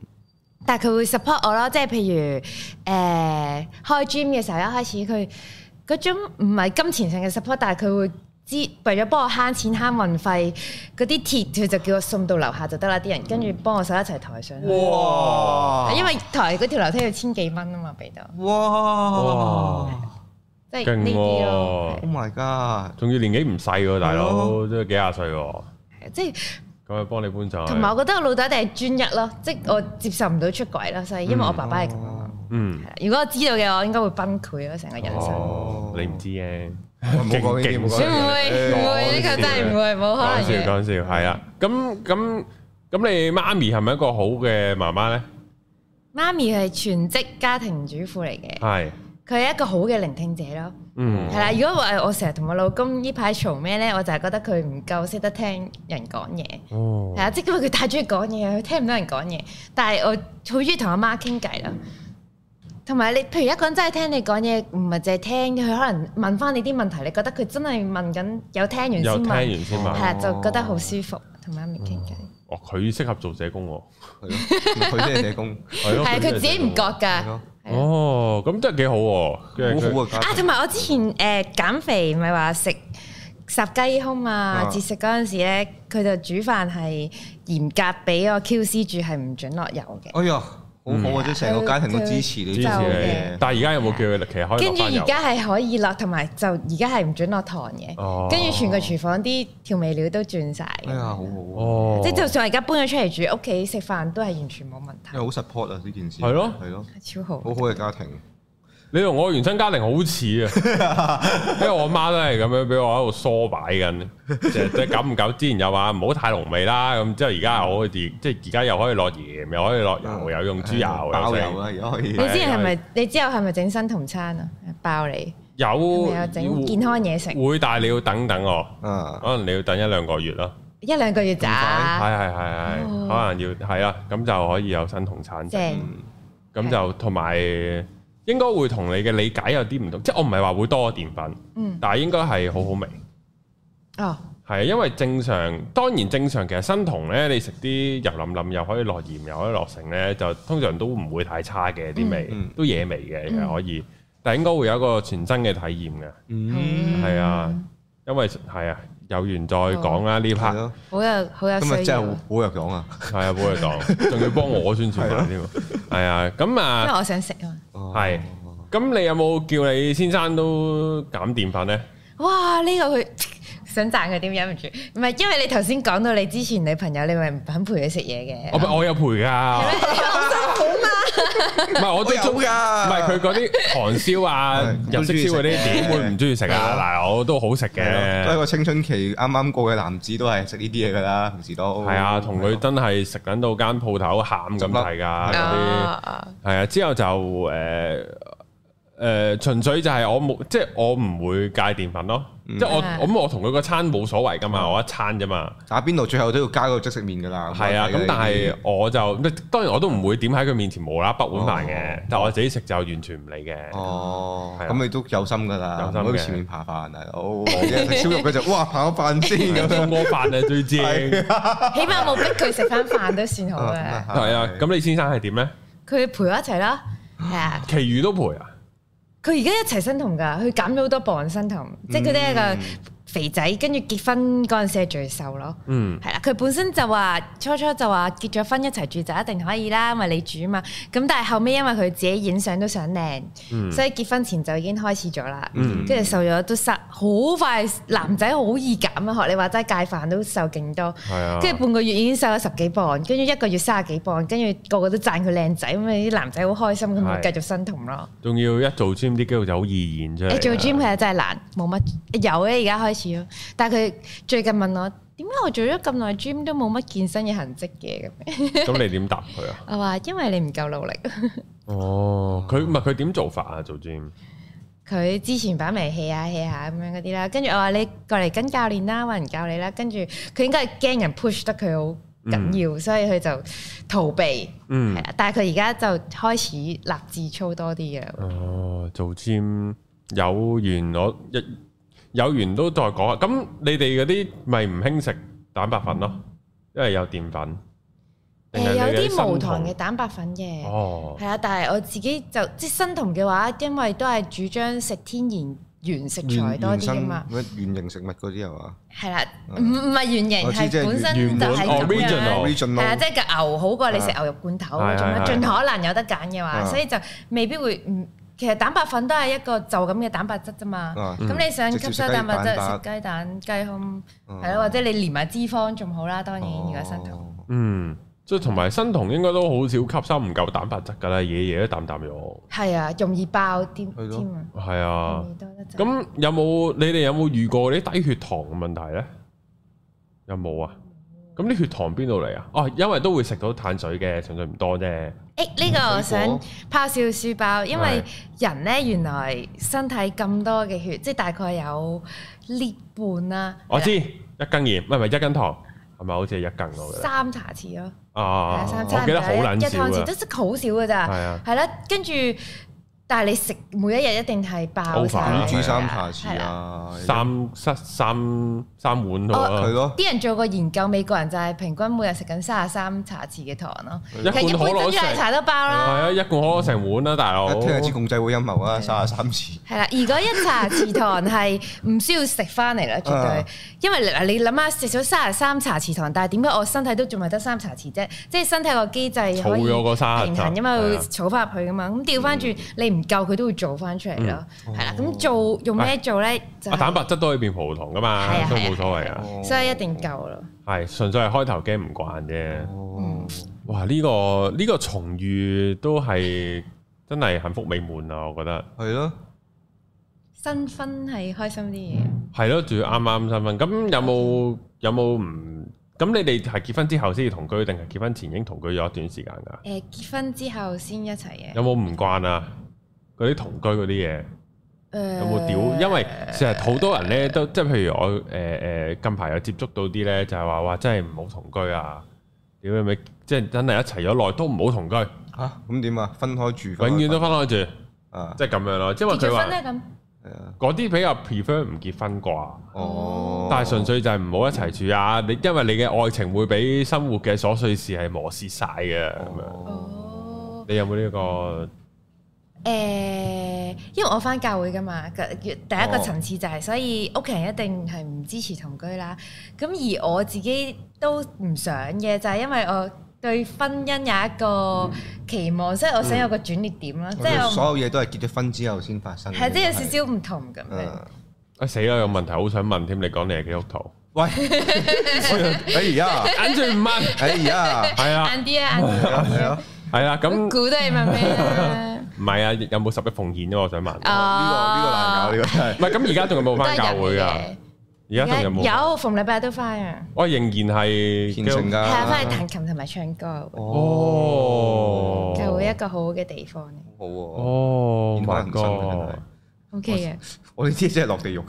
[SPEAKER 3] 但係佢會 support 我咯，即係譬如誒、呃、開 gym 嘅時候，一開始佢嗰種唔係金錢上嘅 support，但係佢會知為咗幫我慳錢慳運費嗰啲鐵，佢就叫我送到樓下就得啦，啲人跟住幫我手一齊抬上去。
[SPEAKER 2] 嗯哇
[SPEAKER 3] 係因為抬嗰條樓梯要千幾蚊啊嘛，俾到
[SPEAKER 2] 哇
[SPEAKER 1] 哇
[SPEAKER 3] 即係嗯呢啲咯哦
[SPEAKER 1] 勁喎
[SPEAKER 2] ，Oh my god！
[SPEAKER 1] 仲要年紀唔細喎，大
[SPEAKER 2] 係
[SPEAKER 1] 佬
[SPEAKER 2] 咯
[SPEAKER 1] 都幾廿歲喎，
[SPEAKER 3] 係，即
[SPEAKER 1] 咁
[SPEAKER 3] 係
[SPEAKER 1] 佢啊幫你搬上去
[SPEAKER 3] 同埋我覺得我老豆一定係專一咯，即係我接受唔到出軌咯，所以因為我爸爸係咁樣咯。
[SPEAKER 1] 嗯
[SPEAKER 3] 係。啦如果我知道嘅，我應該會崩潰咯，成個人生。
[SPEAKER 1] 哦，哎你唔知嘅，
[SPEAKER 2] 唔好講呢啲哦
[SPEAKER 1] 勁
[SPEAKER 2] 唔好
[SPEAKER 3] 唔
[SPEAKER 2] 講
[SPEAKER 1] 勁
[SPEAKER 3] 會唔會呢個真係唔會冇可
[SPEAKER 1] 講
[SPEAKER 3] 能
[SPEAKER 1] 笑
[SPEAKER 3] 嘅。
[SPEAKER 1] 講笑，係啊。咁咁咁，你媽咪係咪一個好嘅媽媽咧？
[SPEAKER 3] 媽咪係全職家庭主婦嚟嘅，
[SPEAKER 1] 係，
[SPEAKER 3] 佢係一個好嘅聆聽者咯。
[SPEAKER 1] 嗯
[SPEAKER 3] 係啦，如果話我成日同我老公呢排嘈咩呢，我就係覺得佢唔夠識得聽人講嘢。
[SPEAKER 2] 嗯
[SPEAKER 1] 哦
[SPEAKER 3] 係，啊，即係因為佢太中意講嘢，佢聽唔到人講嘢。但係我好中意同阿媽傾偈啦。同埋你，譬如一個人真係聽你講嘢，唔係淨係聽，佢可能問翻你啲問題，你覺得佢真係問緊，有聽完先
[SPEAKER 1] 又聽完
[SPEAKER 3] 問，
[SPEAKER 1] 先
[SPEAKER 3] 係
[SPEAKER 1] 問，
[SPEAKER 3] 啦，就覺得好舒服，同媽咪傾偈。
[SPEAKER 1] 哦，佢適合做社工喎，
[SPEAKER 2] 係咯，佢真係社工，
[SPEAKER 1] 係
[SPEAKER 3] 係啊，佢自己唔覺㗎
[SPEAKER 2] 係。咯，
[SPEAKER 3] 係啊
[SPEAKER 1] 哦，咁真係幾好喎，跟住 佢
[SPEAKER 2] 好好啊，
[SPEAKER 3] 啊，
[SPEAKER 2] 家
[SPEAKER 3] 同
[SPEAKER 2] 庭
[SPEAKER 3] 埋我之前誒、呃、減肥咪話食烚雞胸啊，
[SPEAKER 2] 啊
[SPEAKER 3] 節食嗰陣時咧，佢就煮飯係嚴格俾我 QC 住係唔准落油嘅。
[SPEAKER 2] 哎呀，好好啊！即係成個家庭都支持你
[SPEAKER 1] 嗯支持
[SPEAKER 3] 就
[SPEAKER 1] 你
[SPEAKER 3] 嘅。
[SPEAKER 1] 但係而家有冇叫佢其實可以落
[SPEAKER 3] 跟住
[SPEAKER 1] 翻油啊
[SPEAKER 3] 而？家係可以落，同埋就而家係唔准落糖嘅
[SPEAKER 1] 哦。
[SPEAKER 3] 跟住全個廚房啲調味料都轉晒嘅，
[SPEAKER 2] 哎呀，好好啊，
[SPEAKER 1] 哦，
[SPEAKER 3] 即係就算我而家搬咗出嚟住，屋企食飯都係完全冇問題
[SPEAKER 2] 因為，好 support 啊呢件事，
[SPEAKER 1] 係咯
[SPEAKER 2] 係咯，
[SPEAKER 3] 超好。
[SPEAKER 2] 好好嘅家庭，
[SPEAKER 1] 你同我原生家庭好似啊， 因為我媽都係咁樣俾我喺度梳擺緊，即係即係久唔久之前又話唔好太濃味啦，咁之後而家我哋即係而家又可以落鹽，又可以落油，啊又用豬油，又
[SPEAKER 2] 包
[SPEAKER 1] 剩
[SPEAKER 2] 啊油啊，而家可以
[SPEAKER 3] 你。之前係咪？你之後係咪整生酮餐啊？爆你！
[SPEAKER 1] 有
[SPEAKER 3] 係咪有整健康嘢食
[SPEAKER 1] 會，但係你要等等我，
[SPEAKER 2] 啊，
[SPEAKER 1] 可能你要等一兩個月咯。
[SPEAKER 3] 一兩個月
[SPEAKER 1] 係
[SPEAKER 3] 咋？
[SPEAKER 1] 係係係，
[SPEAKER 3] 哦
[SPEAKER 1] 可能要係啦，咁就可以有生酮產
[SPEAKER 3] 正
[SPEAKER 1] 值。咁就同埋應該會同你嘅理解有啲唔同，即係我唔係話會多澱粉，
[SPEAKER 3] 嗯
[SPEAKER 1] 但係應該係好好味。
[SPEAKER 3] 哦，
[SPEAKER 1] 係啊，因為正常當然正常，其實生酮咧，你食啲油淋淋又可以落鹽，又可以落成咧，就通常都唔會太差嘅啲味，
[SPEAKER 2] 嗯
[SPEAKER 1] 都野味嘅，其實可以，但係應該會有一個全新嘅體驗嘅。
[SPEAKER 2] 嗯，
[SPEAKER 1] 係啊，因為係啊，有緣再講啦呢
[SPEAKER 2] 係
[SPEAKER 1] part，
[SPEAKER 2] 咯，
[SPEAKER 3] 好有好有
[SPEAKER 2] 今日
[SPEAKER 3] 需
[SPEAKER 2] 啊真係
[SPEAKER 3] 要，
[SPEAKER 2] 好
[SPEAKER 3] 因
[SPEAKER 2] 好有講啊，
[SPEAKER 1] 係啊，冇 嘢講，仲要幫我宣傳埋添，係啊，咁
[SPEAKER 3] 為
[SPEAKER 1] 啊，
[SPEAKER 3] 我想食啊嘛。
[SPEAKER 2] 哦
[SPEAKER 1] 係，咁你有冇叫你先生都減澱粉咧？
[SPEAKER 3] 哇！呢、個佢 想讚佢點忍唔住，唔係因為你頭先講到你之前女朋友，你咪唔肯陪佢食嘢嘅。
[SPEAKER 1] 我我有陪㗎，唔係我都中
[SPEAKER 2] 我有㗎
[SPEAKER 1] 唔係佢嗰啲韓燒啊、
[SPEAKER 2] 係
[SPEAKER 1] 日式燒嗰啲點會唔中意食
[SPEAKER 2] 係
[SPEAKER 1] 啊？嗱，我都好食
[SPEAKER 2] 係咯啊都係
[SPEAKER 1] 嘅，
[SPEAKER 2] 個青春期啱啱過嘅男子都係食呢啲嘢㗎啦，平時都
[SPEAKER 1] 係啊，同佢真係食緊到間鋪頭喊咁滯㗎嗰啲。
[SPEAKER 3] 啊啊
[SPEAKER 1] 係啊，之後就呃誒誒，純粹就係我冇，即係我唔會戒澱粉咯。即係我
[SPEAKER 3] 啊
[SPEAKER 1] 咁我同佢個餐冇所謂噶嘛，我一餐啫嘛。
[SPEAKER 2] 打邊爐最後都要加個即食面㗎啦。
[SPEAKER 1] 係啊，咁但係我就當然我都唔會點喺佢面前無啦啦不碗飯嘅
[SPEAKER 2] 哦，
[SPEAKER 1] 但我自己食就完全唔理嘅。
[SPEAKER 2] 哦，
[SPEAKER 1] 係啊
[SPEAKER 2] 咁你都有心㗎
[SPEAKER 1] 有
[SPEAKER 2] 啦，唔
[SPEAKER 1] 心嘅
[SPEAKER 2] 好前面扒飯啊！哦，食燒肉嘅就哇扒個飯先咁樣。
[SPEAKER 1] 中過飯啊最正。
[SPEAKER 2] 係
[SPEAKER 1] 係
[SPEAKER 3] 啊起碼冇逼佢食翻飯都算好嘅。
[SPEAKER 2] 啊咁
[SPEAKER 1] 啊，咁你先生係點咧？
[SPEAKER 3] 佢陪我一齊啦，係啊，
[SPEAKER 1] 其餘都陪啊？
[SPEAKER 3] 佢而家一齊身同㗎，佢減咗好多磅身同，即係佢都係一個肥仔，跟住結婚嗰陣時係最瘦咯。
[SPEAKER 1] 嗯，
[SPEAKER 3] 係啦，佢本身就話初初就話結咗婚一齊住就一定可以啦，因為你煮嘛。咁但係後尾因為佢自己影相都想靚，所以結婚前就已經開始咗啦。
[SPEAKER 1] 嗯
[SPEAKER 3] 跟住、瘦咗都失，好快男仔好易減啊！學你話齋戒飯都瘦勁多，
[SPEAKER 1] 係啊。
[SPEAKER 3] 跟住半個月已經瘦咗十幾磅，跟住一個月三十幾磅，跟住個個都讚佢靚仔，咁啊啲男仔好開心，咁咪繼
[SPEAKER 1] 係
[SPEAKER 3] 續生酮咯。
[SPEAKER 1] 仲要一做 gym 啲肌肉就好易現出嚟
[SPEAKER 3] 你
[SPEAKER 1] 啊。
[SPEAKER 3] 做 gym 其實真係難，冇乜有啊咧而家開始咯。但係佢最近問我點解我做咗咁耐 gym 都冇乜健身嘅痕跡嘅咁。
[SPEAKER 1] 咁你點答佢啊？
[SPEAKER 3] 我話因為你唔夠努力，
[SPEAKER 1] 哦，佢唔係佢點做法啊？做 gym
[SPEAKER 3] 佢之前擺啊埋 hea 下 hea 下咁樣嗰啲啦，跟住我話你過嚟跟教練啦，揾人教你啦，跟住佢應該係驚人 push 得佢好緊要，所以佢就逃避，係
[SPEAKER 1] 嗯
[SPEAKER 3] 啦、但係佢而家就開始立志操多啲嘅啦。
[SPEAKER 1] 哦，做 gym 有緣我一有緣都再講啊。咁你哋嗰啲咪唔興食蛋白粉咯，因為有澱粉。
[SPEAKER 3] 誒、
[SPEAKER 1] 定係你
[SPEAKER 3] 有
[SPEAKER 1] 哋
[SPEAKER 3] 啲無糖
[SPEAKER 1] 生
[SPEAKER 3] 嘅蛋白粉嘅。
[SPEAKER 1] 酮。哦，
[SPEAKER 3] 係啊，但係我自己就即係生酮嘅話，因為都係主張食天然原食材
[SPEAKER 2] 原
[SPEAKER 3] 多
[SPEAKER 2] 原
[SPEAKER 3] 啲㗎
[SPEAKER 2] 生
[SPEAKER 3] 嘛，
[SPEAKER 2] 咩原形食物嗰啲係嘛
[SPEAKER 3] 係啦，唔唔係原型，
[SPEAKER 2] 我知即係
[SPEAKER 3] 係本
[SPEAKER 1] 原
[SPEAKER 3] 身就
[SPEAKER 1] 本
[SPEAKER 3] 係咁樣。
[SPEAKER 1] original
[SPEAKER 3] 係啊，
[SPEAKER 2] ？original
[SPEAKER 3] 即係個牛好過你食
[SPEAKER 2] 啊
[SPEAKER 3] 牛肉罐頭嗰
[SPEAKER 1] 係
[SPEAKER 3] 種
[SPEAKER 1] 係
[SPEAKER 3] 啦，
[SPEAKER 1] 係
[SPEAKER 3] 盡可能有得揀嘅話，
[SPEAKER 2] 啊
[SPEAKER 3] 所以就未必會唔。其實蛋白粉都係一個就咁嘅蛋白質啫嘛。
[SPEAKER 2] 啊
[SPEAKER 3] 咁你想
[SPEAKER 2] 直接
[SPEAKER 3] 吸
[SPEAKER 2] 食
[SPEAKER 3] 收
[SPEAKER 2] 雞
[SPEAKER 3] 蛋白質，
[SPEAKER 2] 蛋嗯
[SPEAKER 3] 食雞蛋、雞胸係咯，或者你連埋脂肪仲好啦。當然而家身體
[SPEAKER 2] 哦
[SPEAKER 1] 嗯，即係同埋生酮應該都好少吸收唔夠蛋白質㗎啦，嘢嘢都啖啖肉。
[SPEAKER 3] 係啊，容易爆添
[SPEAKER 2] 係咯
[SPEAKER 3] 添啊，
[SPEAKER 1] 係啊
[SPEAKER 3] 容，易多得滯。
[SPEAKER 1] 咁有冇你哋有冇遇過啲低血糖嘅問題呢？有冇啊？咁啲血糖邊度嚟啊？哦，因為都會食到碳水嘅，純粹唔多啫。
[SPEAKER 3] 誒呢個我想
[SPEAKER 2] 水果
[SPEAKER 3] 拋少書包，因為人咧原來身體咁多嘅血，即係大概有呢半啦。
[SPEAKER 1] 我知一羹鹽，唔係唔係一羹糖，係咪好似係一羹我記得
[SPEAKER 3] 三茶匙咯，
[SPEAKER 1] 啊
[SPEAKER 3] 係，三
[SPEAKER 1] 我
[SPEAKER 3] 茶
[SPEAKER 1] 記得好
[SPEAKER 3] 匙，一
[SPEAKER 1] 撚少
[SPEAKER 3] 湯匙都
[SPEAKER 1] 啊，
[SPEAKER 3] 識好少㗎咋。
[SPEAKER 1] 係啊，
[SPEAKER 3] 係啦，跟住但係你食每一日一定係爆
[SPEAKER 1] Over 啊
[SPEAKER 2] 五
[SPEAKER 3] 晒，
[SPEAKER 1] 係
[SPEAKER 2] 煮三茶
[SPEAKER 3] 係
[SPEAKER 2] 匙
[SPEAKER 3] 啦。
[SPEAKER 2] 啊，
[SPEAKER 1] 三三三三碗度
[SPEAKER 2] 係
[SPEAKER 1] 啊，
[SPEAKER 2] 咯，
[SPEAKER 3] 啲人做過研究，美國人就係平均每日食緊三十三茶匙嘅糖咯，
[SPEAKER 1] 一
[SPEAKER 3] 其
[SPEAKER 1] 罐
[SPEAKER 3] 實一
[SPEAKER 1] 可
[SPEAKER 3] 杯
[SPEAKER 1] 樂
[SPEAKER 3] 珍
[SPEAKER 1] 都
[SPEAKER 3] 珠奶
[SPEAKER 1] 成，係
[SPEAKER 3] 茶都爆啦。
[SPEAKER 1] 啊，一罐可樂成碗啦，大佬。
[SPEAKER 2] 一聽就知共濟會陰謀啊，三十三次。
[SPEAKER 3] 係啦，如果一茶匙糖係唔需要食翻嚟啦，絕對
[SPEAKER 2] 啊，
[SPEAKER 3] 因為嗱你諗下食咗三十三茶匙糖，但係點解我身體都仲係得三茶匙啫？即係身體個機制可以
[SPEAKER 1] 儲咗個三十
[SPEAKER 3] 平
[SPEAKER 1] 茶
[SPEAKER 3] 衡，因為
[SPEAKER 1] 係
[SPEAKER 3] 會
[SPEAKER 1] 啊嗯
[SPEAKER 3] 儲翻入去噶嘛。咁調翻轉你唔夠，佢都會做翻出嚟咯。係啦，咁做用咩做咧？就
[SPEAKER 1] 哦啊，蛋
[SPEAKER 3] 係
[SPEAKER 1] 白質都可以變葡萄噶嘛
[SPEAKER 3] 係啊，
[SPEAKER 1] 都
[SPEAKER 3] 係啊
[SPEAKER 1] 冇所謂啊。
[SPEAKER 2] 哦
[SPEAKER 3] 所以一定夠咯。
[SPEAKER 1] 係純粹係開頭驚唔慣啫。
[SPEAKER 3] 嗯
[SPEAKER 2] 哦
[SPEAKER 1] 哇！呢個呢個重遇都係真係幸福美滿啊！我覺得
[SPEAKER 2] 係咯，
[SPEAKER 3] 新婚係開心啲
[SPEAKER 1] 係咯，仲要啱啱新婚。咁有冇有冇唔？咁你哋係結婚之後先至同居，定係結婚前已經同居咗一段時間㗎？
[SPEAKER 3] 嘢。誒結婚之後先一齊嘅。
[SPEAKER 1] 有冇唔慣啊？嗰啲同居嗰啲嘢有
[SPEAKER 3] 有
[SPEAKER 1] 冇屌？因為成日好多人咧都即係譬如我誒誒、呃近排有接觸到啲咧，就係話哇真係唔好同居啊！屌你咪即係真係一齊咗耐都唔好同居，
[SPEAKER 2] 嚇咁點啊？分開住，
[SPEAKER 1] 永遠都分開住，
[SPEAKER 2] 啊，
[SPEAKER 1] 即係咁樣咯。因為
[SPEAKER 3] 結
[SPEAKER 1] 佢
[SPEAKER 3] 咗
[SPEAKER 1] 話
[SPEAKER 3] 婚。咧咁，
[SPEAKER 2] 係啊，
[SPEAKER 1] 嗰啲比較 prefer 唔結婚啩，
[SPEAKER 2] 哦，
[SPEAKER 1] 但係純粹就係唔好一齊住啊！你因為你嘅愛情會俾生活嘅瑣碎事係磨蝕晒嘅咁樣。
[SPEAKER 3] 哦。
[SPEAKER 1] 你有冇呢個
[SPEAKER 3] 誒、呃因為我翻教會噶嘛，個第一個層次就係、所以屋企人一定係唔支持同居啦。咁而我自己都唔想嘅，就係、因為我對婚姻有一個期望，所以我想有個轉捩點啦，即係我唔
[SPEAKER 2] 所有嗯嘢都係結咗婚之後先發生嘅。
[SPEAKER 3] 係即係有少嗯少唔同咁樣。
[SPEAKER 2] 啊
[SPEAKER 1] 啊死啦！有問題好想問添，你講你係基督徒，
[SPEAKER 2] 喂， 哎呀，
[SPEAKER 1] 跟住唔問，
[SPEAKER 2] 哎 呀，
[SPEAKER 1] 係啊
[SPEAKER 3] 晏啲啊，晏 啲啊
[SPEAKER 2] 係啊，
[SPEAKER 1] 係啊，咁
[SPEAKER 3] 估
[SPEAKER 1] 唔
[SPEAKER 3] 到你問咩啊？
[SPEAKER 1] 係啊，有冇十一奉獻啊？我想問，
[SPEAKER 3] 哦
[SPEAKER 1] 唔
[SPEAKER 3] 啊
[SPEAKER 2] 呢個呢個難搞，呢個真係。
[SPEAKER 1] 係咁而家仲有冇翻教會㗎？而家
[SPEAKER 3] 都
[SPEAKER 1] 仲有
[SPEAKER 3] 係有嘅
[SPEAKER 1] 冇？
[SPEAKER 3] 有逢禮拜都翻啊，
[SPEAKER 1] 我仍然係基
[SPEAKER 2] 虔
[SPEAKER 1] 督
[SPEAKER 2] 誠㗎，
[SPEAKER 3] 係啊，翻去彈琴同埋唱歌，
[SPEAKER 1] 哦，
[SPEAKER 3] 教會一個好好嘅地方嚟。
[SPEAKER 2] 好喎，
[SPEAKER 1] 哦，麥
[SPEAKER 2] 健康人生啊真
[SPEAKER 1] 哥
[SPEAKER 2] 係。
[SPEAKER 3] OK 啊嘅，
[SPEAKER 2] 我呢啲真係落地獄。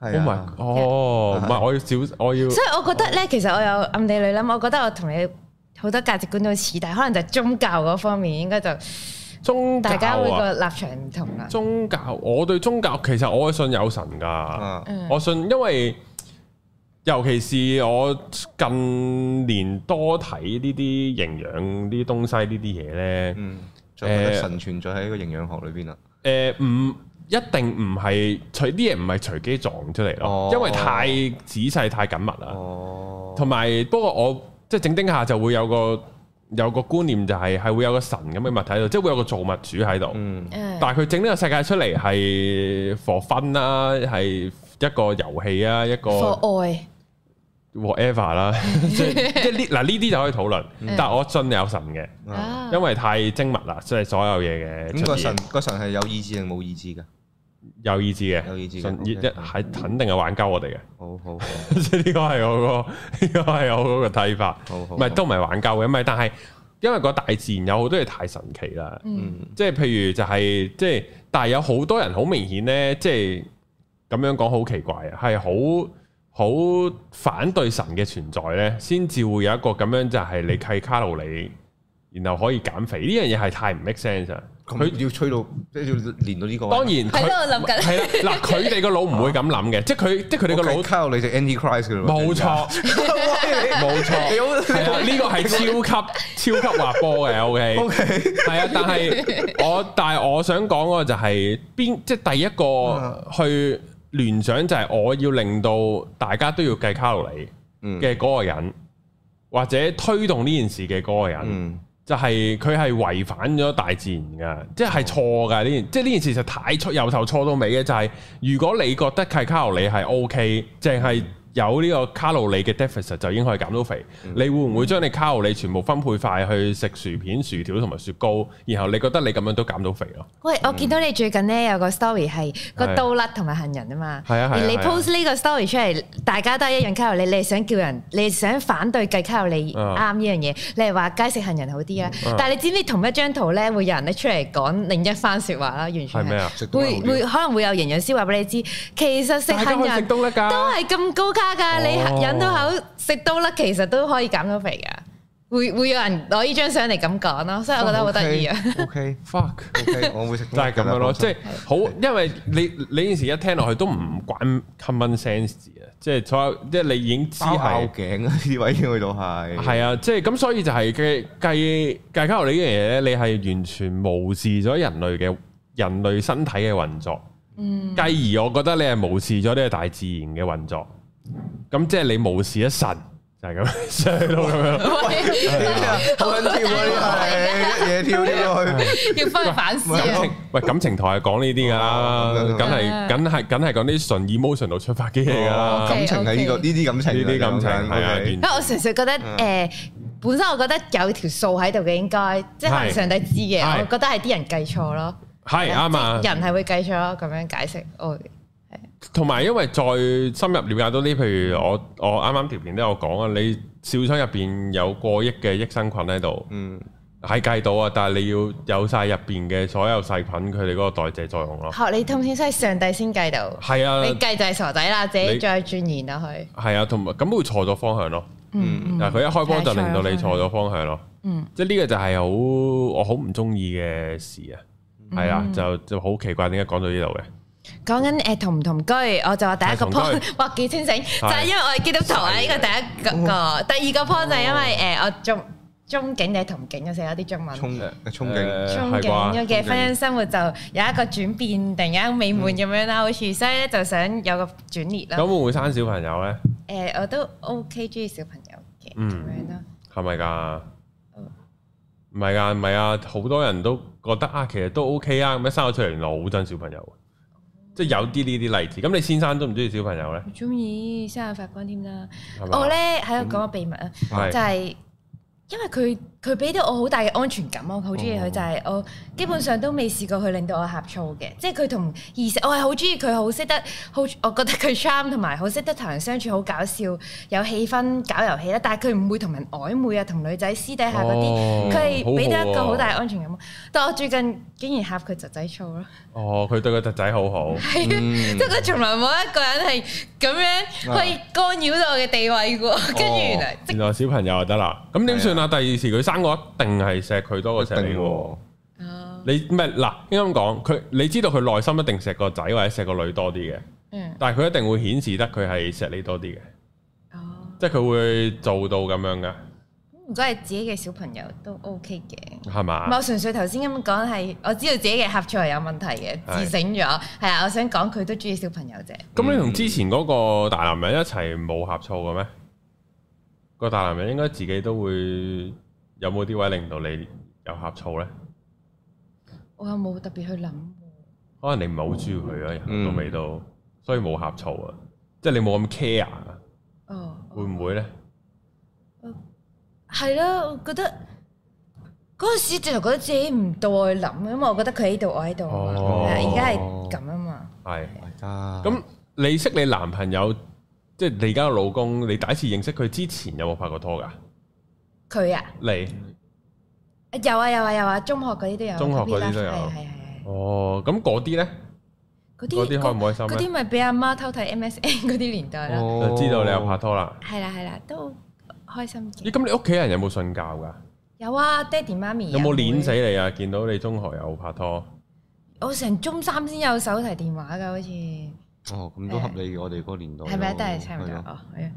[SPEAKER 2] 係
[SPEAKER 1] Oh
[SPEAKER 2] 啊
[SPEAKER 1] my，哦，唔係我要少，我要
[SPEAKER 3] 所以我覺得咧，其實我有暗地裏諗，我覺得我同你好多價值觀都似，但係可能就宗教嗰方面應該就
[SPEAKER 1] 宗教
[SPEAKER 3] 大家會
[SPEAKER 1] 啊，
[SPEAKER 3] 個立場唔同啦。
[SPEAKER 1] 宗教，我對宗教其實我係信有神㗎，
[SPEAKER 2] 啊，
[SPEAKER 3] 嗯
[SPEAKER 1] 我信，因為尤其是我近年多睇呢啲營養呢啲東西呢啲嘢咧。
[SPEAKER 2] 嗯，就覺得
[SPEAKER 1] 誒
[SPEAKER 2] 神存在喺個營養學裏邊啦。啊
[SPEAKER 1] 誒呃唔、一定唔係隨啲嘢唔係隨機撞出嚟咯，
[SPEAKER 2] 哦
[SPEAKER 1] 因為太仔細太緊密啦。
[SPEAKER 2] 哦，
[SPEAKER 1] 同埋、不過我即係整丁下就會有個有個觀念就係、係會有個神咁嘅物體喺度，即係會有個造物主喺度。
[SPEAKER 2] 嗯，
[SPEAKER 3] 嗯
[SPEAKER 1] 但係佢整呢個世界出嚟係 for fun 啦，係一個遊戲啊，一個
[SPEAKER 3] for 愛，
[SPEAKER 1] whatever 啦，即係即係呢嗱呢啲就可以討論。
[SPEAKER 3] 嗯
[SPEAKER 1] 但係我信有神嘅，
[SPEAKER 2] 啊
[SPEAKER 3] 啊
[SPEAKER 1] 因為太精密啦，即係所有嘢嘅
[SPEAKER 2] 咁
[SPEAKER 1] 出
[SPEAKER 2] 個
[SPEAKER 1] 現
[SPEAKER 2] 神。個神係有意志定冇意志㗎？
[SPEAKER 1] 有意志嘅，
[SPEAKER 2] 有意志嘅
[SPEAKER 1] 信
[SPEAKER 2] OK
[SPEAKER 1] 一一係肯定係玩鳩我哋嘅，
[SPEAKER 2] 好好
[SPEAKER 1] 即係呢個係我個 呢個係我嗰個睇法，
[SPEAKER 2] 好好，嗯
[SPEAKER 1] 唔係都唔係玩鳩嘅，唔係但係因為個大自然有好多嘢太神奇啦，
[SPEAKER 3] 嗯
[SPEAKER 1] 即係譬如就係即係，但係有好多人好明顯呢，即係咁樣講好奇怪啊，係好好反對神嘅存在呢，先至會有一個咁樣就係你計卡路里，然後可以減肥呢樣嘢係太唔 make sense 啊！佢
[SPEAKER 2] 佢要吹到即係要連到呢個位。
[SPEAKER 1] 當然佢
[SPEAKER 3] 係咯我諗緊
[SPEAKER 1] 係啦，嗱，佢哋個腦唔會咁諗嘅，即係佢，即係佢哋個
[SPEAKER 2] 我計
[SPEAKER 1] 腦，
[SPEAKER 2] 卡路里就 anti-Christ 㗎啦。
[SPEAKER 1] 冇錯，
[SPEAKER 2] 冇
[SPEAKER 1] 冇錯
[SPEAKER 2] 你好
[SPEAKER 1] 係啦，呢個係超級超級滑波嘅，OK，
[SPEAKER 2] ，OK，
[SPEAKER 1] 係啊，但係我但係我想講嗰個就係邊，即係第一個
[SPEAKER 2] 啊
[SPEAKER 1] 去聯想就係我要令到大家都要計卡路里
[SPEAKER 2] 嗯
[SPEAKER 1] 嘅嗰個人，或者推動呢件事嘅嗰個人。
[SPEAKER 2] 嗯，
[SPEAKER 1] 就係佢係違反咗大自然㗎，即係錯㗎呢件，即係呢件事就太錯，由頭錯到尾嘅就係、如果你覺得計卡路里係 O K，淨係有呢個卡路里嘅 deficit 就已經可以減到肥，你會唔會將你卡路里全部分配晒去食薯片、薯條同埋雪糕，然後你覺得你咁樣都減到肥咯？
[SPEAKER 3] 喂，我見到你最近咧有個 story 係個
[SPEAKER 1] 係
[SPEAKER 3] 刀甩同埋行人啊嘛，
[SPEAKER 1] 嗯係啊係啊
[SPEAKER 3] 而你
[SPEAKER 1] 係啊
[SPEAKER 3] post 呢個 story 出嚟，大家都係一樣卡路里，你係想叫人，你係想反對計卡路里
[SPEAKER 1] 啊嗯
[SPEAKER 3] 啱呢樣嘢，你係話街食行人好啲啊，但係你知唔知同一張圖咧會有人咧出嚟講另一番説話啦，完全
[SPEAKER 1] 係咩啊？
[SPEAKER 2] 食到
[SPEAKER 3] 會
[SPEAKER 2] 好
[SPEAKER 3] 會
[SPEAKER 2] 啲
[SPEAKER 3] 可能會有營養師話俾你知，其實食
[SPEAKER 1] 大家
[SPEAKER 3] 杏
[SPEAKER 1] 可以食
[SPEAKER 3] 仁
[SPEAKER 1] 都得
[SPEAKER 3] 都
[SPEAKER 1] 㗎，
[SPEAKER 3] 係咁高卡
[SPEAKER 1] 哦
[SPEAKER 3] 㗎，你忍到口食到粒，其實都可以減到肥㗎。會會有人攞呢張相嚟咁講咯，所以我覺
[SPEAKER 1] 哦
[SPEAKER 3] 得好得 意啊！
[SPEAKER 2] OK
[SPEAKER 1] fuck。
[SPEAKER 2] OK，我會食
[SPEAKER 1] 就係咁樣咯，即係好，因為你你件事一聽落去都唔關 common sense 啊，即係所有即係你已經知
[SPEAKER 2] 包拗
[SPEAKER 1] 係
[SPEAKER 2] 頸啊！呢啲位去到係
[SPEAKER 1] 係啊，即係咁，所以就係計計計卡路里呢樣嘢咧，你係完全無視咗人類嘅人類身體嘅運作。嗯，繼而我覺得你係無視咗呢個大自然嘅運作。咁即係你無視一神，就係咁 衰到咁樣。
[SPEAKER 2] 好緊跳啊！呢個係一嘢跳跳落去，
[SPEAKER 3] 要翻去反思
[SPEAKER 1] 感
[SPEAKER 3] 啊！
[SPEAKER 1] 情喂，感情台係講呢啲㗎啦
[SPEAKER 2] 哦咁樣，
[SPEAKER 1] 梗係梗係梗係講啲純 emotion 度出發嘅嘢㗎啦。
[SPEAKER 2] 感情係呢個呢啲感情
[SPEAKER 1] 呢啲感情係啊，
[SPEAKER 2] 係
[SPEAKER 1] 完
[SPEAKER 3] 因為我純粹覺得
[SPEAKER 1] 嗯
[SPEAKER 3] 誒，本身我覺得有條數喺度嘅應該，即係可能上帝知嘅，
[SPEAKER 1] 係
[SPEAKER 3] 我覺得係啲人計錯咯，
[SPEAKER 1] 係啱啊。
[SPEAKER 3] 人係會計錯咯，咁樣解釋我
[SPEAKER 1] 同埋因為再深入了解到呢，譬如我我啱啱條片都有講啊，你小腸入邊有過億嘅益生菌喺度，
[SPEAKER 2] 嗯
[SPEAKER 1] 係計到啊，但係你要有晒入邊嘅所有細菌，佢哋嗰個代謝作用咯。
[SPEAKER 3] 學你通天西上帝先計到，
[SPEAKER 1] 係啊
[SPEAKER 3] 你，計就係傻仔啦，自己
[SPEAKER 1] 你
[SPEAKER 3] 再鑽研落去。
[SPEAKER 1] 係啊，同埋咁會錯咗方向咯。
[SPEAKER 3] 嗯，
[SPEAKER 1] 但係佢一開波就令到你
[SPEAKER 3] 係錯咗
[SPEAKER 1] 錯咗方向咯。
[SPEAKER 3] 嗯，
[SPEAKER 1] 即係呢個就係好我好唔中意嘅事啊。係
[SPEAKER 3] 嗯
[SPEAKER 1] 啊，就就好奇怪點解講到呢度嘅。
[SPEAKER 3] 講緊誒同唔同居，我就話第一個
[SPEAKER 1] 係同居
[SPEAKER 3] point，哇 幾清醒，就係因為我係基督徒啊，呢個第一個。第二個 point 就係因為誒呃我中中景定係同景，我啊寫咗啲中文。
[SPEAKER 2] 憧憧憬
[SPEAKER 1] 誒
[SPEAKER 3] 中
[SPEAKER 1] 呃係
[SPEAKER 3] 景
[SPEAKER 1] 啩？
[SPEAKER 3] 咗嘅婚姻生活就有一個轉變，突然間美滿咁樣啦，好似所以咧就想有個轉裂啦
[SPEAKER 1] 咁。會唔會生小朋友咧？
[SPEAKER 3] 誒我都 OK 中意小朋友嘅
[SPEAKER 1] 嗯
[SPEAKER 3] 咁樣咯，
[SPEAKER 1] 係咪㗎
[SPEAKER 3] 嗯？
[SPEAKER 1] 唔係㗎，唔係啊！好多人都覺得啊，其實都 OK 啊，咁樣生咗出嚟，原來好憎小朋友，即係有啲呢啲例子。咁你先生中唔中意小朋友咧？
[SPEAKER 3] 好中意生日法官添啦。
[SPEAKER 1] 係咪啊
[SPEAKER 3] 我咧喺度講個秘密啊，
[SPEAKER 1] 係
[SPEAKER 3] 就係因為佢佢俾到我好大嘅安全感啊！我好中意佢
[SPEAKER 2] 哦
[SPEAKER 3] 就係我基本上都未試過佢令到我呷醋嘅，即係佢同異性，我係好中意佢，好識得好，我覺得佢 charm 同埋好識得同人相處，好搞笑，有氣氛，搞遊戲啦。但係佢唔會同人曖昧啊，同女仔私底下嗰啲，
[SPEAKER 1] 哦
[SPEAKER 3] 佢係俾到一個好大
[SPEAKER 1] 好喎
[SPEAKER 3] 安全感。但我最近竟然呷佢侄仔醋咯，
[SPEAKER 1] 哦，佢對個侄仔好好，
[SPEAKER 3] 係啊，
[SPEAKER 2] 嗯
[SPEAKER 3] 即係佢從來冇一個人係咁樣可
[SPEAKER 1] 啊
[SPEAKER 3] 以干擾到我嘅地位嘅喎。跟住原來即
[SPEAKER 1] 原來小朋友就得啦。咁點算啊？第二時佢生我一定係錫佢多過錫
[SPEAKER 2] 一
[SPEAKER 1] 你
[SPEAKER 2] 定
[SPEAKER 1] 喎。
[SPEAKER 2] 喎，
[SPEAKER 3] 啊
[SPEAKER 1] 你唔係嗱，應該咁講，佢你知道佢內心一定錫個仔或者錫個女多啲嘅，
[SPEAKER 3] 嗯
[SPEAKER 1] 但係佢一定會顯示得佢係錫你多啲嘅，
[SPEAKER 3] 哦。
[SPEAKER 1] 即係佢會做到咁樣噶，
[SPEAKER 3] 如果係自己嘅小朋友都 OK 嘅。
[SPEAKER 1] 係
[SPEAKER 3] 唔係
[SPEAKER 1] 嘛？
[SPEAKER 3] 我純粹頭先咁講係，我知道自己嘅合作係有問題嘅，
[SPEAKER 1] 係
[SPEAKER 3] 自省咗。係啊，我想講佢都中意小朋友啫。
[SPEAKER 1] 咁你同之前嗰個大男人一齊冇呷醋嘅咩？個大男人應該自己都會有冇啲位令到你有呷醋呢？
[SPEAKER 3] 我又冇特別去諗喎。
[SPEAKER 1] 可能你唔係好中意佢啊，由
[SPEAKER 2] 嗯
[SPEAKER 1] 頭到尾都，所以冇呷醋啊，即係你冇咁 care 啊，
[SPEAKER 3] 哦，
[SPEAKER 1] 會唔會呢？
[SPEAKER 3] 係咯，我覺得嗰陣時直頭覺得自己唔到我去諗，因為我覺得佢喺度，我喺度啊嘛。
[SPEAKER 1] 哦
[SPEAKER 3] 係啊而家係咁啊嘛。
[SPEAKER 1] 係。
[SPEAKER 2] 係啊
[SPEAKER 1] 咁你識你男朋友，即係你而家嘅老公，你第一次認識佢之前有冇拍過拖㗎？
[SPEAKER 3] 佢啊，
[SPEAKER 1] 你
[SPEAKER 3] 有啊有啊有啊，中學嗰啲都有。
[SPEAKER 1] 中學嗰啲都有
[SPEAKER 3] 係係係
[SPEAKER 1] 哦，咁嗰啲呢？
[SPEAKER 3] 嗰
[SPEAKER 1] 嗰啲
[SPEAKER 3] 啲
[SPEAKER 1] 開唔開心
[SPEAKER 3] 嗰
[SPEAKER 1] 呢
[SPEAKER 3] 啲咪俾阿媽偷睇 MSN 嗰啲年代啦。
[SPEAKER 2] 哦
[SPEAKER 1] 就知道你有拍拖啦。
[SPEAKER 3] 係啦係啦，都開心嘅
[SPEAKER 1] 咦，。咁你屋企人有冇信教㗎？
[SPEAKER 3] 有啊，爹哋媽咪
[SPEAKER 1] 有冇
[SPEAKER 3] 碾
[SPEAKER 1] 碾死？你啊？見到你中學有拍拖，
[SPEAKER 3] 我成中三先有手提電話㗎，好似係
[SPEAKER 2] 哦，咁都合理嘅，我哋嗰個年代
[SPEAKER 3] 咪啊？都係差唔多
[SPEAKER 2] 係咯
[SPEAKER 3] 哦，係啊。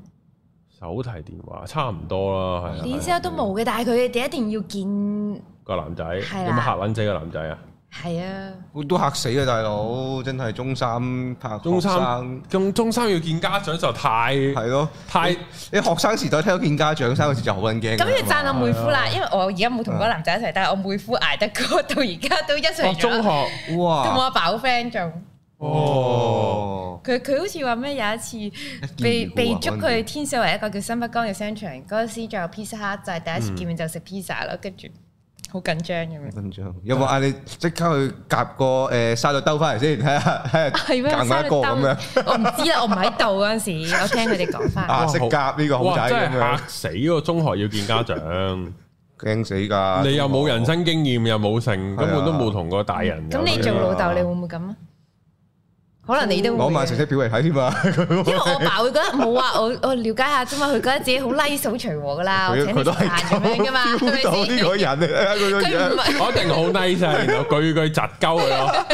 [SPEAKER 1] 手提電話差唔多啦，係
[SPEAKER 3] 年
[SPEAKER 1] 啊
[SPEAKER 3] 之後都冇嘅，但係佢哋一定要見，
[SPEAKER 1] 個男仔
[SPEAKER 3] 係啦啊
[SPEAKER 1] 有冇嚇撚死個男仔啊？
[SPEAKER 3] 係啊，
[SPEAKER 2] 我都嚇死啊，大佬！真係中三拍
[SPEAKER 1] 中
[SPEAKER 2] 學
[SPEAKER 1] 三
[SPEAKER 2] 生
[SPEAKER 1] 咁中三要見家長就太
[SPEAKER 2] 係咯，
[SPEAKER 1] 太
[SPEAKER 2] 你學生時代聽到見家長三個字就好撚驚㗎。
[SPEAKER 3] 咁要讚我妹夫啦，因為我而家冇同嗰個男仔一齊，但係我妹夫捱得過，到而家都一
[SPEAKER 1] 哦
[SPEAKER 3] 齊咗，
[SPEAKER 1] 中
[SPEAKER 3] 同
[SPEAKER 1] 學
[SPEAKER 3] 我
[SPEAKER 2] 哇！
[SPEAKER 3] 阿爸好 friend 仲。
[SPEAKER 1] 哦，
[SPEAKER 3] 佢佢好似話咩有一次被
[SPEAKER 2] 見如故啊
[SPEAKER 3] 被捉
[SPEAKER 2] 嗰陣時
[SPEAKER 3] 佢天水圍一個叫新北江嘅商場，嗰陣時仲有 pizza Hut，就係第一次見面就食 pizza 咯，跟住好緊張咁樣。
[SPEAKER 2] 緊張，有冇嗌你即刻去夾個誒沙律兜翻嚟 先，睇下睇下
[SPEAKER 3] 係咩？
[SPEAKER 2] 夾埋一個咁樣
[SPEAKER 3] 我唔知啦，我唔喺度嗰陣時，我聽佢哋講翻。
[SPEAKER 2] 啊！識夾呢個好
[SPEAKER 1] 哇！
[SPEAKER 2] 仔
[SPEAKER 1] 真
[SPEAKER 2] 咁
[SPEAKER 1] 係
[SPEAKER 2] 樣
[SPEAKER 1] 嚇，死喎！中學要見家 長。
[SPEAKER 2] 驚死㗎！
[SPEAKER 1] 你又冇人生經驗，又冇成，根本都
[SPEAKER 2] 係啊
[SPEAKER 1] 冇同個大人有。
[SPEAKER 3] 咁你做老豆，你會唔會咁啊？可能你都會
[SPEAKER 2] 攞埋
[SPEAKER 3] 嘅
[SPEAKER 2] 成績表嚟睇添啊！
[SPEAKER 3] 因為我爸會覺得冇啊，我我了解下啫嘛，佢覺得自己好 like 好隨和噶啦，我請
[SPEAKER 2] 佢佢
[SPEAKER 3] 你食
[SPEAKER 2] 都係
[SPEAKER 3] 飯咁樣 噶嘛，係
[SPEAKER 2] feel 到
[SPEAKER 3] 咪
[SPEAKER 2] 呢
[SPEAKER 3] 先？
[SPEAKER 2] 個人，你睇下佢個
[SPEAKER 3] 佢唔
[SPEAKER 2] 樣。
[SPEAKER 3] 係
[SPEAKER 1] 我一定好 nice 啊，然後句句窒鳩佢咯，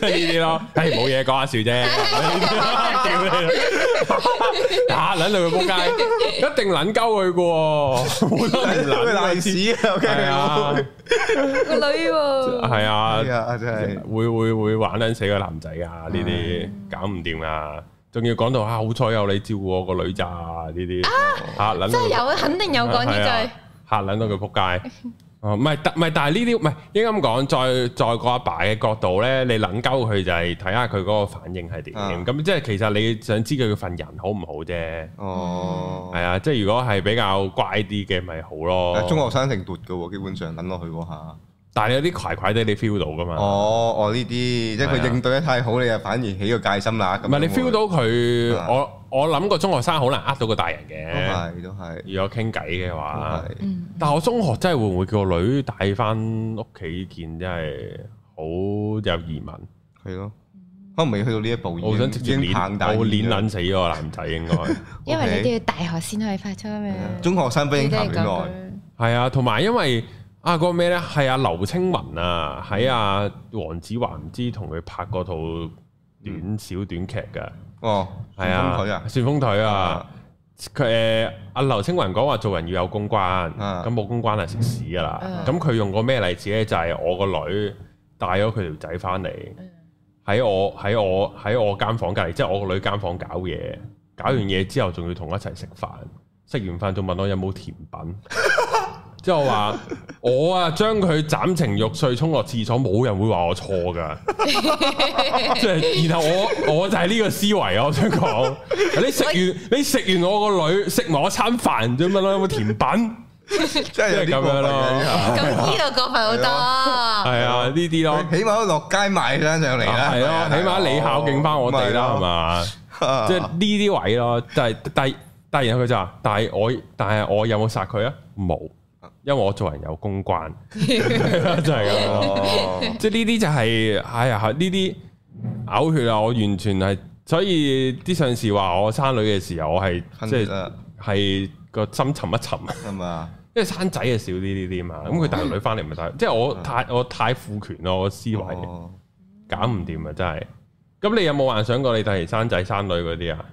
[SPEAKER 1] 即係呢啲咯，唉冇嘢講下笑啫， 屌你啦，打撚到佢仆街，一定撚鳩佢嘅 喎，冇得唔
[SPEAKER 2] 佢
[SPEAKER 1] 撚
[SPEAKER 2] 賴屎啊！OK，
[SPEAKER 1] 係啊，
[SPEAKER 3] 個女喎，
[SPEAKER 1] 係
[SPEAKER 2] 係
[SPEAKER 1] 啊，
[SPEAKER 2] 啊，真係
[SPEAKER 1] 會會會玩撚死個男仔啊！呢啲搞唔掂啊！仲要講到啊，好彩有你照顧我個女咋呢啲嚇撚到佢
[SPEAKER 3] 真
[SPEAKER 1] 仆街
[SPEAKER 3] 係有，肯定有講呢句。
[SPEAKER 1] 啊嚇撚到佢撲街。 哦，唔係，但唔係，但係呢啲唔係應該咁講。再再個阿爸嘅角度咧，你撚鳩佢就係睇下佢嗰個反應係點。
[SPEAKER 2] 啊
[SPEAKER 1] 咁、即係其實你想知佢嘅份人好唔好啫。
[SPEAKER 2] 哦
[SPEAKER 1] 係。啊，即係如果係比較乖啲嘅，咪好咯。
[SPEAKER 2] 中學生一定奪嘅喎，基本上等落去嗰下。
[SPEAKER 1] 但係有啲怪怪地你 feel 到噶嘛？
[SPEAKER 2] 哦，哦呢啲，即係
[SPEAKER 1] 係啊
[SPEAKER 2] 佢應對得太好，你又反而起個戒心啦。咁
[SPEAKER 1] 唔係你
[SPEAKER 2] 樣
[SPEAKER 1] feel
[SPEAKER 2] 會
[SPEAKER 1] 到佢，
[SPEAKER 2] 啊
[SPEAKER 1] 我我諗個中學生好難呃到個大人
[SPEAKER 2] 都
[SPEAKER 1] 嘅。
[SPEAKER 2] 係都係
[SPEAKER 1] 如果傾偈嘅
[SPEAKER 2] 都
[SPEAKER 1] 話，
[SPEAKER 2] 係。
[SPEAKER 3] 嗯，
[SPEAKER 1] 但係我中學真係會唔會叫個女帶翻屋企見，真係好有疑問。
[SPEAKER 2] 係咯，可能未去到呢一步已經，
[SPEAKER 1] 我想直接
[SPEAKER 2] 已經棒打
[SPEAKER 1] 碾，我
[SPEAKER 2] 已經
[SPEAKER 1] 碾撚死嗰個男仔 應該
[SPEAKER 3] 因為
[SPEAKER 2] OK
[SPEAKER 3] 你都要大學先可以發出咩？
[SPEAKER 2] 中學生不應
[SPEAKER 3] 啊你
[SPEAKER 2] 談
[SPEAKER 3] 都係
[SPEAKER 2] 戀
[SPEAKER 3] 講
[SPEAKER 2] 愛，
[SPEAKER 1] 係啊，同埋因為啊嗰個咩咧，係啊劉青雲啊，喺啊黃子華唔知同佢拍過套短小短劇㗎，
[SPEAKER 2] 哦，
[SPEAKER 1] 係
[SPEAKER 2] 咁
[SPEAKER 1] 啊
[SPEAKER 2] 佢啊，，
[SPEAKER 1] 旋風腿啊
[SPEAKER 2] 啊，
[SPEAKER 1] 佢誒阿劉青雲講話做人要有公關，
[SPEAKER 2] 啊
[SPEAKER 1] 咁冇公關係食屎㗎啦
[SPEAKER 3] 嗯。
[SPEAKER 1] 咁佢用個咩例子咧？就係我個女帶咗佢條仔翻嚟
[SPEAKER 3] 嗯，
[SPEAKER 1] 喺我喺我喺我間房隔離，即係我個女間房搞嘢，搞完嘢之後仲要同我一齊食飯，食完飯仲問我有冇甜品。 即係我話我啊，將佢斬成肉碎沖落廁所，冇人會話我錯㗎。即係，然後我我就係呢個思維啊！我想
[SPEAKER 2] 啊
[SPEAKER 1] 講，你食完你食完我個女食埋我餐飯啫嘛，有冇甜品？
[SPEAKER 2] 真係有啲過分啊嘅
[SPEAKER 3] 咁呢度過分好
[SPEAKER 1] 系
[SPEAKER 3] 多。
[SPEAKER 1] 啊，呢啲咯，
[SPEAKER 2] 呢下，起碼都落街買啦上嚟啦，啊
[SPEAKER 1] 系咯，啊起碼你孝敬翻我哋啦，係
[SPEAKER 2] 嘛
[SPEAKER 1] 嘛？
[SPEAKER 2] 啊
[SPEAKER 1] 即係呢啲位咯，但係但係但係然後佢就話，但係我但係我有冇殺佢啊？冇，因為我做人有公關，就係咁咯。
[SPEAKER 2] 哦
[SPEAKER 1] 即係呢啲就係哎呀，呢啲嘔血啊！我完全係，所以啲上士話我生女嘅時候，我係
[SPEAKER 2] 分
[SPEAKER 1] 即
[SPEAKER 2] 裂
[SPEAKER 1] 係
[SPEAKER 2] 啦
[SPEAKER 1] 係個心沉一沉。啊
[SPEAKER 2] 係嘛？
[SPEAKER 1] 因為生仔係少啲呢啲嘛，咁佢大女翻嚟咪大，即係我太我太父權咯，我思維。
[SPEAKER 2] 哦
[SPEAKER 1] 搞唔掂啊！真係。咁你有冇幻想過你第時生仔生女嗰啲啊？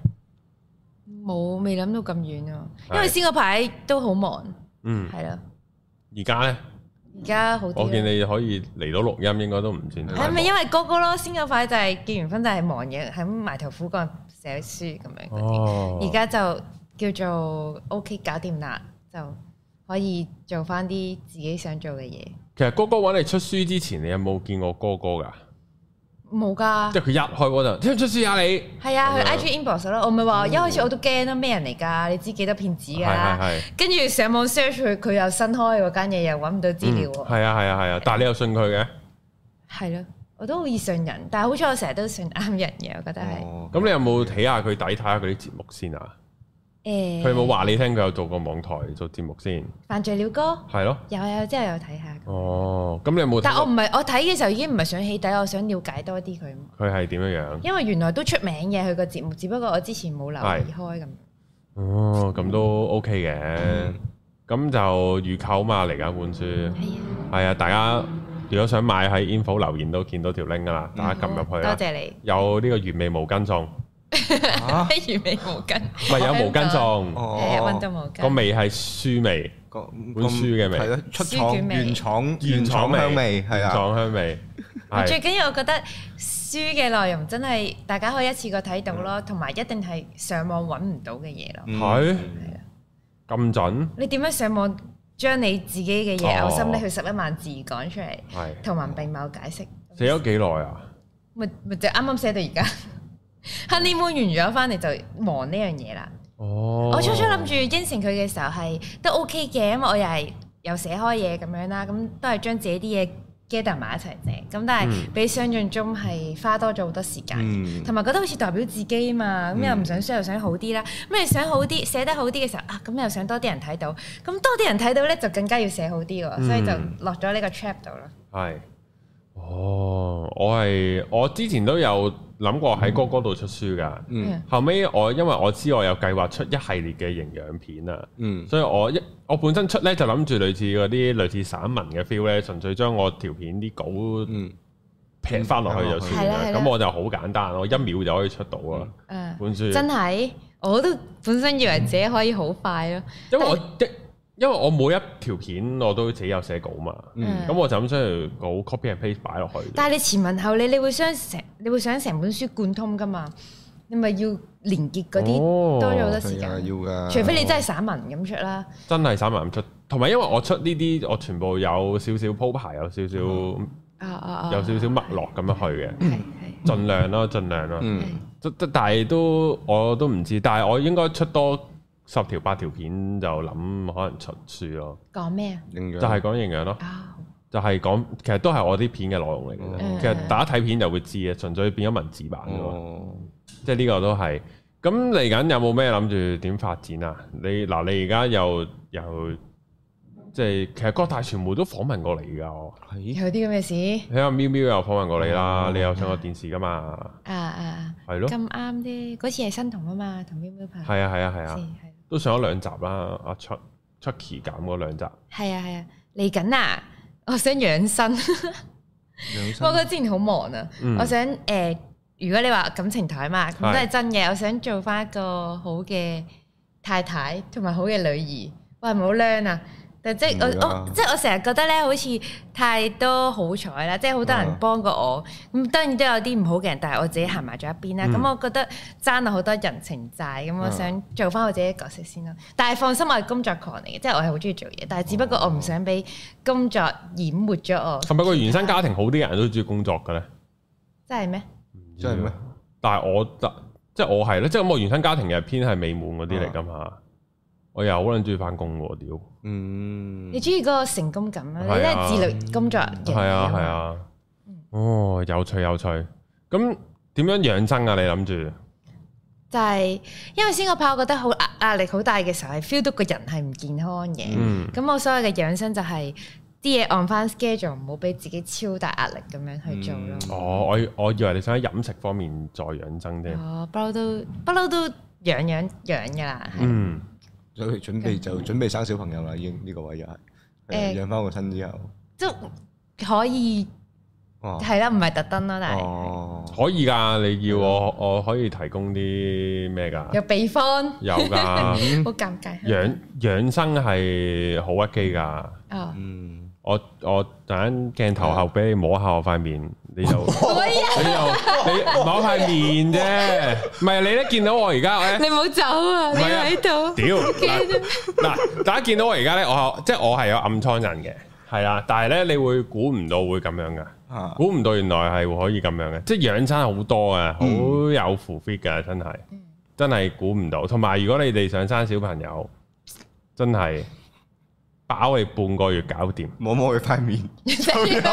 [SPEAKER 3] 冇，未諗到咁遠啊，
[SPEAKER 1] 係
[SPEAKER 3] 因為先嗰排都好忙，
[SPEAKER 1] 嗯，
[SPEAKER 3] 係啦，
[SPEAKER 1] 而家咧，
[SPEAKER 3] 而家好
[SPEAKER 1] 我見
[SPEAKER 3] 啲啦。啊
[SPEAKER 1] 你可以嚟到錄音，應該都唔算太忙。
[SPEAKER 3] 係啊咪因為哥哥咯？先嗰排就係結完婚就係忙嘢，喺埋頭苦幹寫書咁樣嗰啲。
[SPEAKER 1] 哦，
[SPEAKER 3] 而家就叫做 OK 搞掂啦，就可以做翻啲自己想做嘅嘢。
[SPEAKER 1] 其實哥哥揾你出書之前，你有冇見過哥哥㗎？
[SPEAKER 3] 啊冇㗎
[SPEAKER 1] 即，係佢一開嗰陣，聽唔出書啊你？
[SPEAKER 3] 係啊，
[SPEAKER 1] 咁
[SPEAKER 3] 佢
[SPEAKER 1] 樣
[SPEAKER 3] IG inbox 咯。我咪話一開始我都驚啦，咩人嚟㗎？你知幾多騙子
[SPEAKER 1] 係係
[SPEAKER 3] 㗎？
[SPEAKER 1] 係。
[SPEAKER 3] 跟住上網 search 佢，佢又新開嗰間嘢，又揾唔到資料
[SPEAKER 1] 嗯
[SPEAKER 3] 喎。
[SPEAKER 1] 係啊係啊係啊，但係你又信佢嘅，
[SPEAKER 3] 係咯，我都好易信人，但係好彩我成日都信啱人嘅，我覺得係。
[SPEAKER 2] 哦
[SPEAKER 1] 咁你有冇睇下佢底睇下佢啲節目先啊？
[SPEAKER 3] 誒，
[SPEAKER 1] 佢有冇話你聽佢有做過網台做節目先？
[SPEAKER 3] 犯罪了哥？
[SPEAKER 1] 係咯，
[SPEAKER 3] 有有之後有睇下。
[SPEAKER 1] 哦，咁你有冇
[SPEAKER 3] 但我
[SPEAKER 1] 睇
[SPEAKER 3] 唔係，我睇嘅時候已經唔係想起底，我想了解多啲佢。
[SPEAKER 1] 過佢係點樣樣？
[SPEAKER 3] 因為原來都出名嘅佢個節目，只不過我之前冇留意開咁。
[SPEAKER 1] 哦，咁都 OK
[SPEAKER 3] 嗯
[SPEAKER 1] 嘅。咁就預購嘛，嚟緊本書
[SPEAKER 3] 係啊，
[SPEAKER 1] 係啊，大家如果想買喺 info 留言都見到條 link 噶啦，大家啊撳入去啦
[SPEAKER 3] 嗯多。謝你。
[SPEAKER 1] 有呢個原味毛巾送，唔
[SPEAKER 2] 嚇
[SPEAKER 3] 魚尾毛巾，
[SPEAKER 1] 係有毛巾送，
[SPEAKER 3] 誒
[SPEAKER 2] 哦
[SPEAKER 3] 運動毛
[SPEAKER 1] 個
[SPEAKER 3] 巾，
[SPEAKER 1] 味係書味，
[SPEAKER 2] 個
[SPEAKER 1] 本書嘅味
[SPEAKER 2] 係咯，出
[SPEAKER 3] 書
[SPEAKER 2] 廠
[SPEAKER 3] 卷味
[SPEAKER 2] 原廠
[SPEAKER 1] 原
[SPEAKER 2] 原
[SPEAKER 1] 廠
[SPEAKER 2] 廠
[SPEAKER 1] 味
[SPEAKER 2] 香味係
[SPEAKER 1] 原
[SPEAKER 2] 啊，
[SPEAKER 1] 廠香味，係
[SPEAKER 3] 最緊 要我覺得書嘅內容真係大家可以一次過睇到咯，同埋一定係上網揾唔到嘅嘢咯。
[SPEAKER 2] 嗯
[SPEAKER 1] 係
[SPEAKER 3] 係啊
[SPEAKER 1] 咁準，
[SPEAKER 3] 你點樣上網將你自己嘅嘢
[SPEAKER 1] 哦
[SPEAKER 3] 嘔心瀝血十一萬字講出嚟，
[SPEAKER 1] 係
[SPEAKER 3] 同文並茂解釋，
[SPEAKER 1] 寫咗幾耐啊？
[SPEAKER 3] 咪咪就啱啱寫到而家。honeymoon 完咗翻嚟就忙呢樣嘢啦。
[SPEAKER 1] 哦，
[SPEAKER 3] 我初初諗住應承佢嘅時候係都 OK 嘅，因為我又係有寫開嘢咁樣啦，咁都係將自己啲嘢 gather 埋一齊啫。咁但係
[SPEAKER 1] 嗯
[SPEAKER 3] 比想象中係花多咗好多時間，
[SPEAKER 2] 嗯
[SPEAKER 3] 同埋、覺得好似代表自己嘛，咁又
[SPEAKER 1] 嗯
[SPEAKER 3] 唔想衰又想好啲啦。咁你想好啲寫得好啲嘅時候啊，咁又想多啲人睇到，咁多啲人睇到咧就更加要寫好啲喎，所以
[SPEAKER 1] 嗯
[SPEAKER 3] 就落咗呢個 trap 度咯。
[SPEAKER 1] 係，哦，我係我之前都有諗過喺哥哥度出書㗎。
[SPEAKER 2] 嗯
[SPEAKER 1] 後尾我因為我知我有計劃出一系列嘅營養片啊，
[SPEAKER 2] 嗯
[SPEAKER 1] 所以我一我本身出呢，就諗住類似嗰啲類似散文嘅 feel 呢，純粹將我條片啲稿
[SPEAKER 2] 嗯
[SPEAKER 1] 劈翻落去就算啦。
[SPEAKER 3] 係啦係啦
[SPEAKER 1] 咁我就好簡單，我一秒就可以出到啊
[SPEAKER 3] 嗯，
[SPEAKER 1] 本書。
[SPEAKER 3] 真係我都本身以為自己可以好快咯，
[SPEAKER 1] 因為我一因為我每一條片我都自己有寫稿嘛，
[SPEAKER 3] 嗯
[SPEAKER 1] 咁我就咁將條稿 copy and paste 擺落去。
[SPEAKER 3] 但係你前文後理，你會想成，你會想成本書貫通噶嘛？你咪要連結嗰啲
[SPEAKER 1] 哦
[SPEAKER 3] 多咗好多時
[SPEAKER 2] 係啊
[SPEAKER 3] 間，
[SPEAKER 2] 要㗎，
[SPEAKER 3] 除非你真係散文咁出啦。
[SPEAKER 1] 真係散文咁出，同埋因為我出呢啲，我全部有少少鋪排，有少少有
[SPEAKER 3] 啊啊啊！
[SPEAKER 1] 少少脈絡咁樣去嘅，
[SPEAKER 3] 係係
[SPEAKER 1] 盡量咯，盡量咯。
[SPEAKER 2] 嗯
[SPEAKER 3] 係
[SPEAKER 1] 即即但係都我都唔知，但係我應該出多十條八條片就諗可能出書咯，
[SPEAKER 3] 講咩啊？
[SPEAKER 2] 營養
[SPEAKER 1] 就係講營養咯，
[SPEAKER 3] 啊
[SPEAKER 1] 就係講其實都係我啲片嘅內容嚟嘅啫。
[SPEAKER 3] 嗯
[SPEAKER 1] 其實大家睇片就會知嘅，純粹變咗文字版嘅咯，
[SPEAKER 2] 哦
[SPEAKER 1] 即係呢個都係。咁嚟緊有冇咩諗住點發展啊？你嗱你而家又又即係其實各大傳媒都訪問過你㗎，我
[SPEAKER 2] 係
[SPEAKER 3] 有啲咁嘅事
[SPEAKER 1] 睇下喵喵又訪問過你啦，
[SPEAKER 2] 哦
[SPEAKER 1] 你有上過電視㗎嘛？
[SPEAKER 3] 啊啊！
[SPEAKER 1] 係咯，
[SPEAKER 3] 嗯咁啱啫，嗰次係新同啊嘛，同喵喵拍。
[SPEAKER 1] 係啊係啊係啊
[SPEAKER 3] 是。係
[SPEAKER 1] 都上咗兩集啦，阿 Chuck Chucky 減嗰兩集，
[SPEAKER 3] 係啊係啊，嚟緊啊！我想養生，
[SPEAKER 2] 養
[SPEAKER 3] 不過
[SPEAKER 2] 生
[SPEAKER 3] 之前好忙啊。
[SPEAKER 1] 嗯
[SPEAKER 3] 我想誒，如果你話感情台嘛，咁
[SPEAKER 1] 係
[SPEAKER 3] 都係真嘅。我想做翻一個好嘅太太同埋好嘅女兒。喂，唔好靚啊！但即係
[SPEAKER 2] 唔會
[SPEAKER 3] 我
[SPEAKER 2] 啦
[SPEAKER 3] 我即係我成日覺得咧，好似太多好彩啦，即係好多人
[SPEAKER 2] 啊
[SPEAKER 3] 幫過我。咁當然都有啲唔好嘅人，但係我自己行埋咗一邊啦。
[SPEAKER 1] 嗯
[SPEAKER 3] 咁我覺得爭咗好多人情債，咁我
[SPEAKER 2] 啊
[SPEAKER 3] 想做翻我自己嘅角色先啦。但係放心，我係工作狂嚟嘅，即係我係好中意做嘢，但係只不過我唔想俾工作淹沒咗我。
[SPEAKER 1] 係咪個原生家庭好啲嘅人都中意工作嘅咧？
[SPEAKER 3] 真係咩？
[SPEAKER 2] 真係咩？啊
[SPEAKER 1] 但係我即係我係咧，即係咁我原生家庭嘅偏係美滿嗰啲嚟㗎嘛，我又好撚中意翻工喎，屌！
[SPEAKER 2] 嗯
[SPEAKER 3] 你，中意嗰個成功感啊？
[SPEAKER 1] 係啊
[SPEAKER 3] 你都係自律工作人嚟㗎
[SPEAKER 1] 係啊係
[SPEAKER 3] 嘛，
[SPEAKER 1] 啊，哦，有趣有趣。咁點樣養生啊？你諗住？
[SPEAKER 3] 就係因為先個炮，我覺得好壓壓力好大嘅時候，係 feel 到個人係唔健康嘅。
[SPEAKER 1] 嗯
[SPEAKER 3] 咁我所謂嘅養生就係啲嘢按翻 schedule，唔好俾自己超大壓力咁樣去做咯。
[SPEAKER 1] 哦，我以我以為你想喺飲食方面再養生啫。
[SPEAKER 3] 哦，不嬲都不嬲都養養養㗎啦。
[SPEAKER 1] 嗯，
[SPEAKER 2] 所以準備就準備生小朋友啦，已經呢個位又係
[SPEAKER 3] 誒
[SPEAKER 2] 係啊養翻個身之後，
[SPEAKER 3] 都可以
[SPEAKER 2] 哇！
[SPEAKER 3] 係啦，唔係特登啦，但係
[SPEAKER 2] 哦，
[SPEAKER 1] 可以㗎。你要我我可以提供啲咩㗎？
[SPEAKER 3] 有秘方，
[SPEAKER 1] 有 㗎，
[SPEAKER 2] 嗯
[SPEAKER 3] 好尷尬。
[SPEAKER 1] 養養生係好屈機㗎。
[SPEAKER 3] 哦，
[SPEAKER 2] 嗯，
[SPEAKER 1] 我我等陣鏡頭後俾你摸下我塊面，你就
[SPEAKER 3] 哎呀，
[SPEAKER 1] 你 就你摸塊面啫，唔係你咧見到我而家咧
[SPEAKER 3] 你，唔好走啊！
[SPEAKER 1] 唔
[SPEAKER 3] 你
[SPEAKER 1] 係啊
[SPEAKER 3] 喺度，
[SPEAKER 1] 屌嗱嗱，大家見到我而家咧，我即係我係有暗瘡人嘅，係啦，但係咧你會估唔到會咁樣㗎。
[SPEAKER 2] 啊，
[SPEAKER 1] 估唔到原來係可以咁樣嘅，即係養生好多啊，好有 f u fit 嘅，真係，真係估唔到。同埋如果你哋想生小朋友，真係包你半個月搞掂，
[SPEAKER 2] 摸摸佢塊面，
[SPEAKER 1] 嗯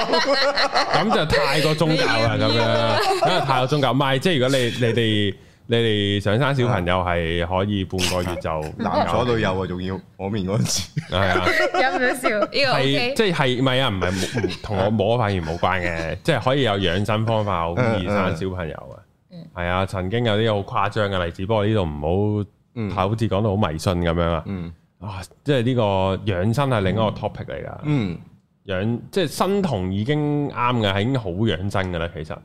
[SPEAKER 1] 咁就太過宗教啦，
[SPEAKER 3] 你
[SPEAKER 1] 咁
[SPEAKER 3] 要唔啊要
[SPEAKER 1] 樣，因為太過宗教。唔係，即係如果你你哋你哋想生小朋友係可以半個月就
[SPEAKER 2] 男左女右啊，仲要摸面嗰陣時，
[SPEAKER 1] 係啊。
[SPEAKER 3] 有唔有笑？呢個
[SPEAKER 1] 係
[SPEAKER 3] OK。
[SPEAKER 1] 即係唔係啊？唔係冇唔同我摸塊面冇關嘅，即係可以有養生方法好易生小朋友啊。係啊，曾經有啲好誇張嘅例子，不過呢度唔
[SPEAKER 2] 嗯
[SPEAKER 1] 好，好似講到好迷信咁樣啊。
[SPEAKER 2] 嗯
[SPEAKER 1] 啊，即係呢個養生係另一個 topic 嚟噶。
[SPEAKER 2] 嗯，
[SPEAKER 1] 養即係生酮已經啱嘅，係已經好養生噶啦。其實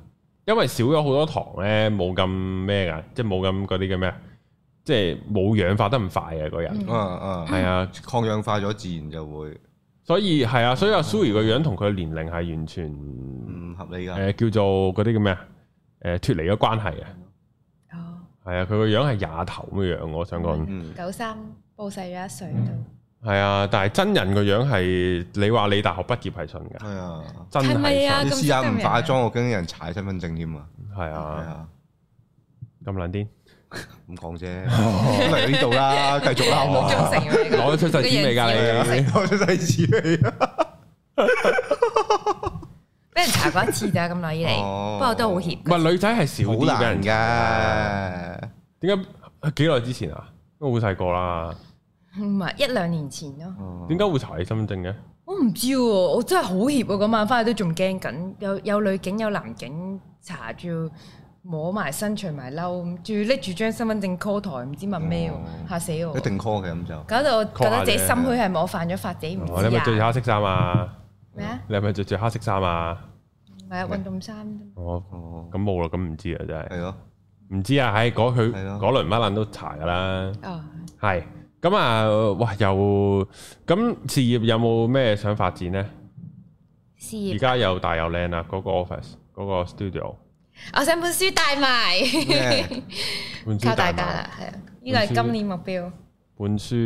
[SPEAKER 1] 因為少咗好多糖咧，冇咁咩噶，即係冇咁嗰啲叫咩啊，即係冇氧化得咁快嘅個人。
[SPEAKER 2] 啊啊，
[SPEAKER 1] 嗯係啊，
[SPEAKER 2] 抗氧化咗，自然就會
[SPEAKER 1] 所以係啊，所以阿 Suri 個樣同佢年齡係完全
[SPEAKER 2] 唔合理
[SPEAKER 1] 誒、
[SPEAKER 2] 㗎。
[SPEAKER 1] 叫做嗰啲叫咩啊？誒脱離咗關係啊，
[SPEAKER 3] 哦，
[SPEAKER 1] 係啊，佢個樣係廿頭咁嘅樣，我想講
[SPEAKER 2] 嗯，
[SPEAKER 3] 九三報細咗一歲到，
[SPEAKER 1] 係啊，但係真人個樣係你話你大學畢業係信嘅，
[SPEAKER 2] 係啊，
[SPEAKER 1] 真
[SPEAKER 3] 係咪啊
[SPEAKER 1] 係
[SPEAKER 2] 你
[SPEAKER 1] 信
[SPEAKER 2] 試下唔化妝，我驚人查身份證添啊，
[SPEAKER 1] 係
[SPEAKER 2] 係
[SPEAKER 1] 啊，
[SPEAKER 2] 啊，
[SPEAKER 1] 咁撚癲，
[SPEAKER 2] 咁講啫，嚟呢度 啦，繼續啦，好唔好
[SPEAKER 3] 好
[SPEAKER 2] 啊
[SPEAKER 3] 忠？誠嘅
[SPEAKER 1] 攞咗出世紙未㗎你？
[SPEAKER 2] 我真係似你啊！
[SPEAKER 3] 俾人查過一次咋咁耐以嚟，
[SPEAKER 2] 哦
[SPEAKER 3] 不過都好怯
[SPEAKER 1] 唔。係女仔係少
[SPEAKER 2] 好
[SPEAKER 1] 啲俾
[SPEAKER 2] 難
[SPEAKER 1] 人
[SPEAKER 2] 㗎，
[SPEAKER 1] 點解啊幾耐之前啊？都好細個啦，
[SPEAKER 3] 唔係一兩年前咯，
[SPEAKER 1] 點解會查你身份證嘅？
[SPEAKER 3] 我唔知喎，我真係好怯啊！嗰晚翻去都仲驚緊，有有女警有男警查住摸埋身除埋褸，仲要拎住張身份證 call 台，唔知問咩
[SPEAKER 2] 哦
[SPEAKER 3] 喎，嚇死我
[SPEAKER 2] 一！定 call 嘅咁就
[SPEAKER 3] 搞到我覺得自己
[SPEAKER 1] call
[SPEAKER 3] 心
[SPEAKER 1] 下啫
[SPEAKER 3] 虛，係咪我犯咗法自己唔
[SPEAKER 1] 哦你係咪着
[SPEAKER 3] 知
[SPEAKER 1] 住
[SPEAKER 3] 啊？
[SPEAKER 1] 黑色衫啊？
[SPEAKER 3] 咩啊？
[SPEAKER 1] 你係咪着住黑色衫啊？
[SPEAKER 3] 唔係啊，運動衫啫嘛。
[SPEAKER 1] 哦，
[SPEAKER 2] 哦，
[SPEAKER 1] 咁冇啦，咁唔知啊，真係。
[SPEAKER 2] 係咯，
[SPEAKER 1] 唔知啊，喺嗰佢
[SPEAKER 2] 係咯
[SPEAKER 1] 嗰輪乜撚都查噶啦，
[SPEAKER 3] 哦，
[SPEAKER 1] 係咁啊，哇又咁事業有冇咩想發展呢？
[SPEAKER 3] 事
[SPEAKER 1] 而
[SPEAKER 3] 業，
[SPEAKER 1] 家又大又靚啦，嗰、個 office 嗰個 studio，
[SPEAKER 3] 我想本書帶埋，
[SPEAKER 2] 咩
[SPEAKER 1] 本書
[SPEAKER 3] 靠大
[SPEAKER 1] 大
[SPEAKER 3] 家
[SPEAKER 1] 賣，
[SPEAKER 3] 啦，係啊，呢個係今年目標，
[SPEAKER 1] 本書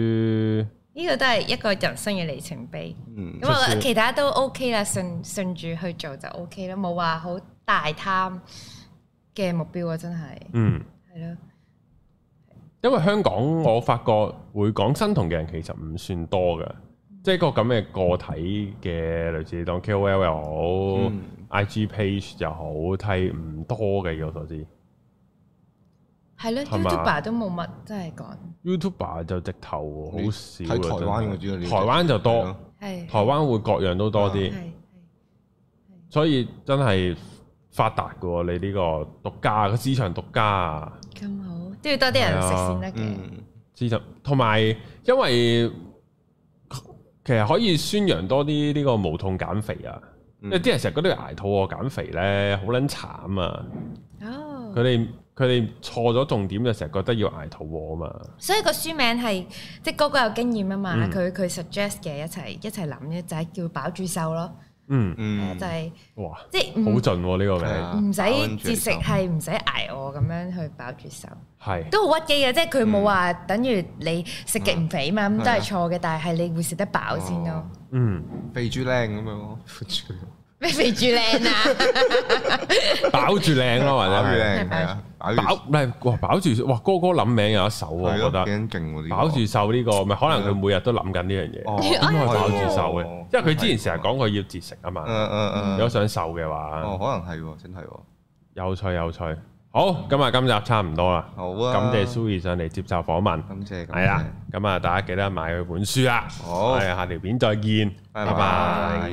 [SPEAKER 3] 呢個都係一個人生嘅里程碑。
[SPEAKER 2] 嗯
[SPEAKER 3] 咁我
[SPEAKER 1] 出
[SPEAKER 3] 覺
[SPEAKER 1] 書
[SPEAKER 3] 得其他都 OK 啦，順順住去做就 OK 啦，冇話好大貪嘅目標啊，真係
[SPEAKER 1] 嗯，
[SPEAKER 3] 係咯，
[SPEAKER 1] 因為香港我發覺會講新同嘅人其實唔算多噶，即係一個咁嘅個體嘅類似你當 KOL 又好、
[SPEAKER 2] 嗯
[SPEAKER 1] IG page 又好，睇唔多嘅，以我所知。
[SPEAKER 3] 係咯
[SPEAKER 1] 係嘛
[SPEAKER 3] ，YouTuber 都冇乜真係講，
[SPEAKER 1] YouTuber 就直頭好少啊
[SPEAKER 2] 睇台灣嘅主要
[SPEAKER 1] 真係
[SPEAKER 2] 你
[SPEAKER 1] 台灣就
[SPEAKER 2] 係
[SPEAKER 1] 多
[SPEAKER 2] 咯，
[SPEAKER 3] 係
[SPEAKER 1] 台灣會各樣都多
[SPEAKER 3] 係
[SPEAKER 1] 啲，
[SPEAKER 3] 係
[SPEAKER 1] 所以真係發達嘅喎。你呢個獨家個市場獨家啊，
[SPEAKER 3] 咁好，都要多啲人食先得嘅，
[SPEAKER 2] 嗯
[SPEAKER 1] 市場同埋因為其實可以宣揚多啲呢個無痛減肥啊。因
[SPEAKER 2] 嗯
[SPEAKER 1] 為啲人成日覺得捱肚餓減肥咧，好撚慘啊！佢
[SPEAKER 3] 哦，
[SPEAKER 1] 哋佢哋錯咗重點就成日覺得要捱肚餓啊嘛。
[SPEAKER 3] 所以個書名係即係嗰個有經驗啊嘛，
[SPEAKER 1] 嗯
[SPEAKER 3] 佢佢 suggest 嘅一齊一齊諗嘅就係叫飽住瘦咯，
[SPEAKER 1] 嗯，
[SPEAKER 3] 係啊
[SPEAKER 2] 嗯
[SPEAKER 3] 就係
[SPEAKER 1] 哇，
[SPEAKER 3] 即係
[SPEAKER 1] 好
[SPEAKER 3] 唔
[SPEAKER 1] 盡喎呢個
[SPEAKER 2] 係
[SPEAKER 1] 名，
[SPEAKER 2] 啊
[SPEAKER 3] 唔使
[SPEAKER 2] 飽緊住
[SPEAKER 3] 節食
[SPEAKER 2] 嚟
[SPEAKER 3] 係唔使挨餓咁樣去飽住瘦。
[SPEAKER 1] 係。
[SPEAKER 3] 都好屈機嘅，即係佢冇話等於你食極唔肥嘛，咁
[SPEAKER 2] 嗯
[SPEAKER 3] 都係錯嘅。但係你會食得飽先咯
[SPEAKER 2] 哦。
[SPEAKER 1] 嗯，
[SPEAKER 2] 肥豬靚咁樣咯，肥豬
[SPEAKER 3] 咩肥豬靚啊？
[SPEAKER 1] 飽住靚咯，或者
[SPEAKER 2] 飽住
[SPEAKER 1] 係
[SPEAKER 2] 靚係啊，擺
[SPEAKER 1] 飽唔係哇飽住哇哥哥諗名有一手喎，我
[SPEAKER 2] 係
[SPEAKER 1] 覺
[SPEAKER 2] 咯，
[SPEAKER 1] 得
[SPEAKER 2] 幾勁喎呢個啊
[SPEAKER 1] 飽住瘦呢個咪可能佢每日都諗緊呢樣 嘢，
[SPEAKER 2] 哦
[SPEAKER 1] 點可以飽住瘦嘅？
[SPEAKER 2] 哦
[SPEAKER 1] 因為佢之前成日講佢要節食啊
[SPEAKER 2] 誒
[SPEAKER 1] 嘛，
[SPEAKER 2] 誒誒，
[SPEAKER 1] 如果想瘦嘅話，
[SPEAKER 2] 哦，可能係喎，真係喎，
[SPEAKER 1] 有趣有趣。好，今日今集差唔多啦，
[SPEAKER 2] 好啊，
[SPEAKER 1] 感謝 Sue 上嚟接受訪問，
[SPEAKER 2] 感謝，感謝
[SPEAKER 1] 係啦，啊咁啊大家記得買佢本書啦，
[SPEAKER 2] 好
[SPEAKER 1] 我哋下條片再見，
[SPEAKER 2] 拜
[SPEAKER 1] 拜拜
[SPEAKER 2] 拜。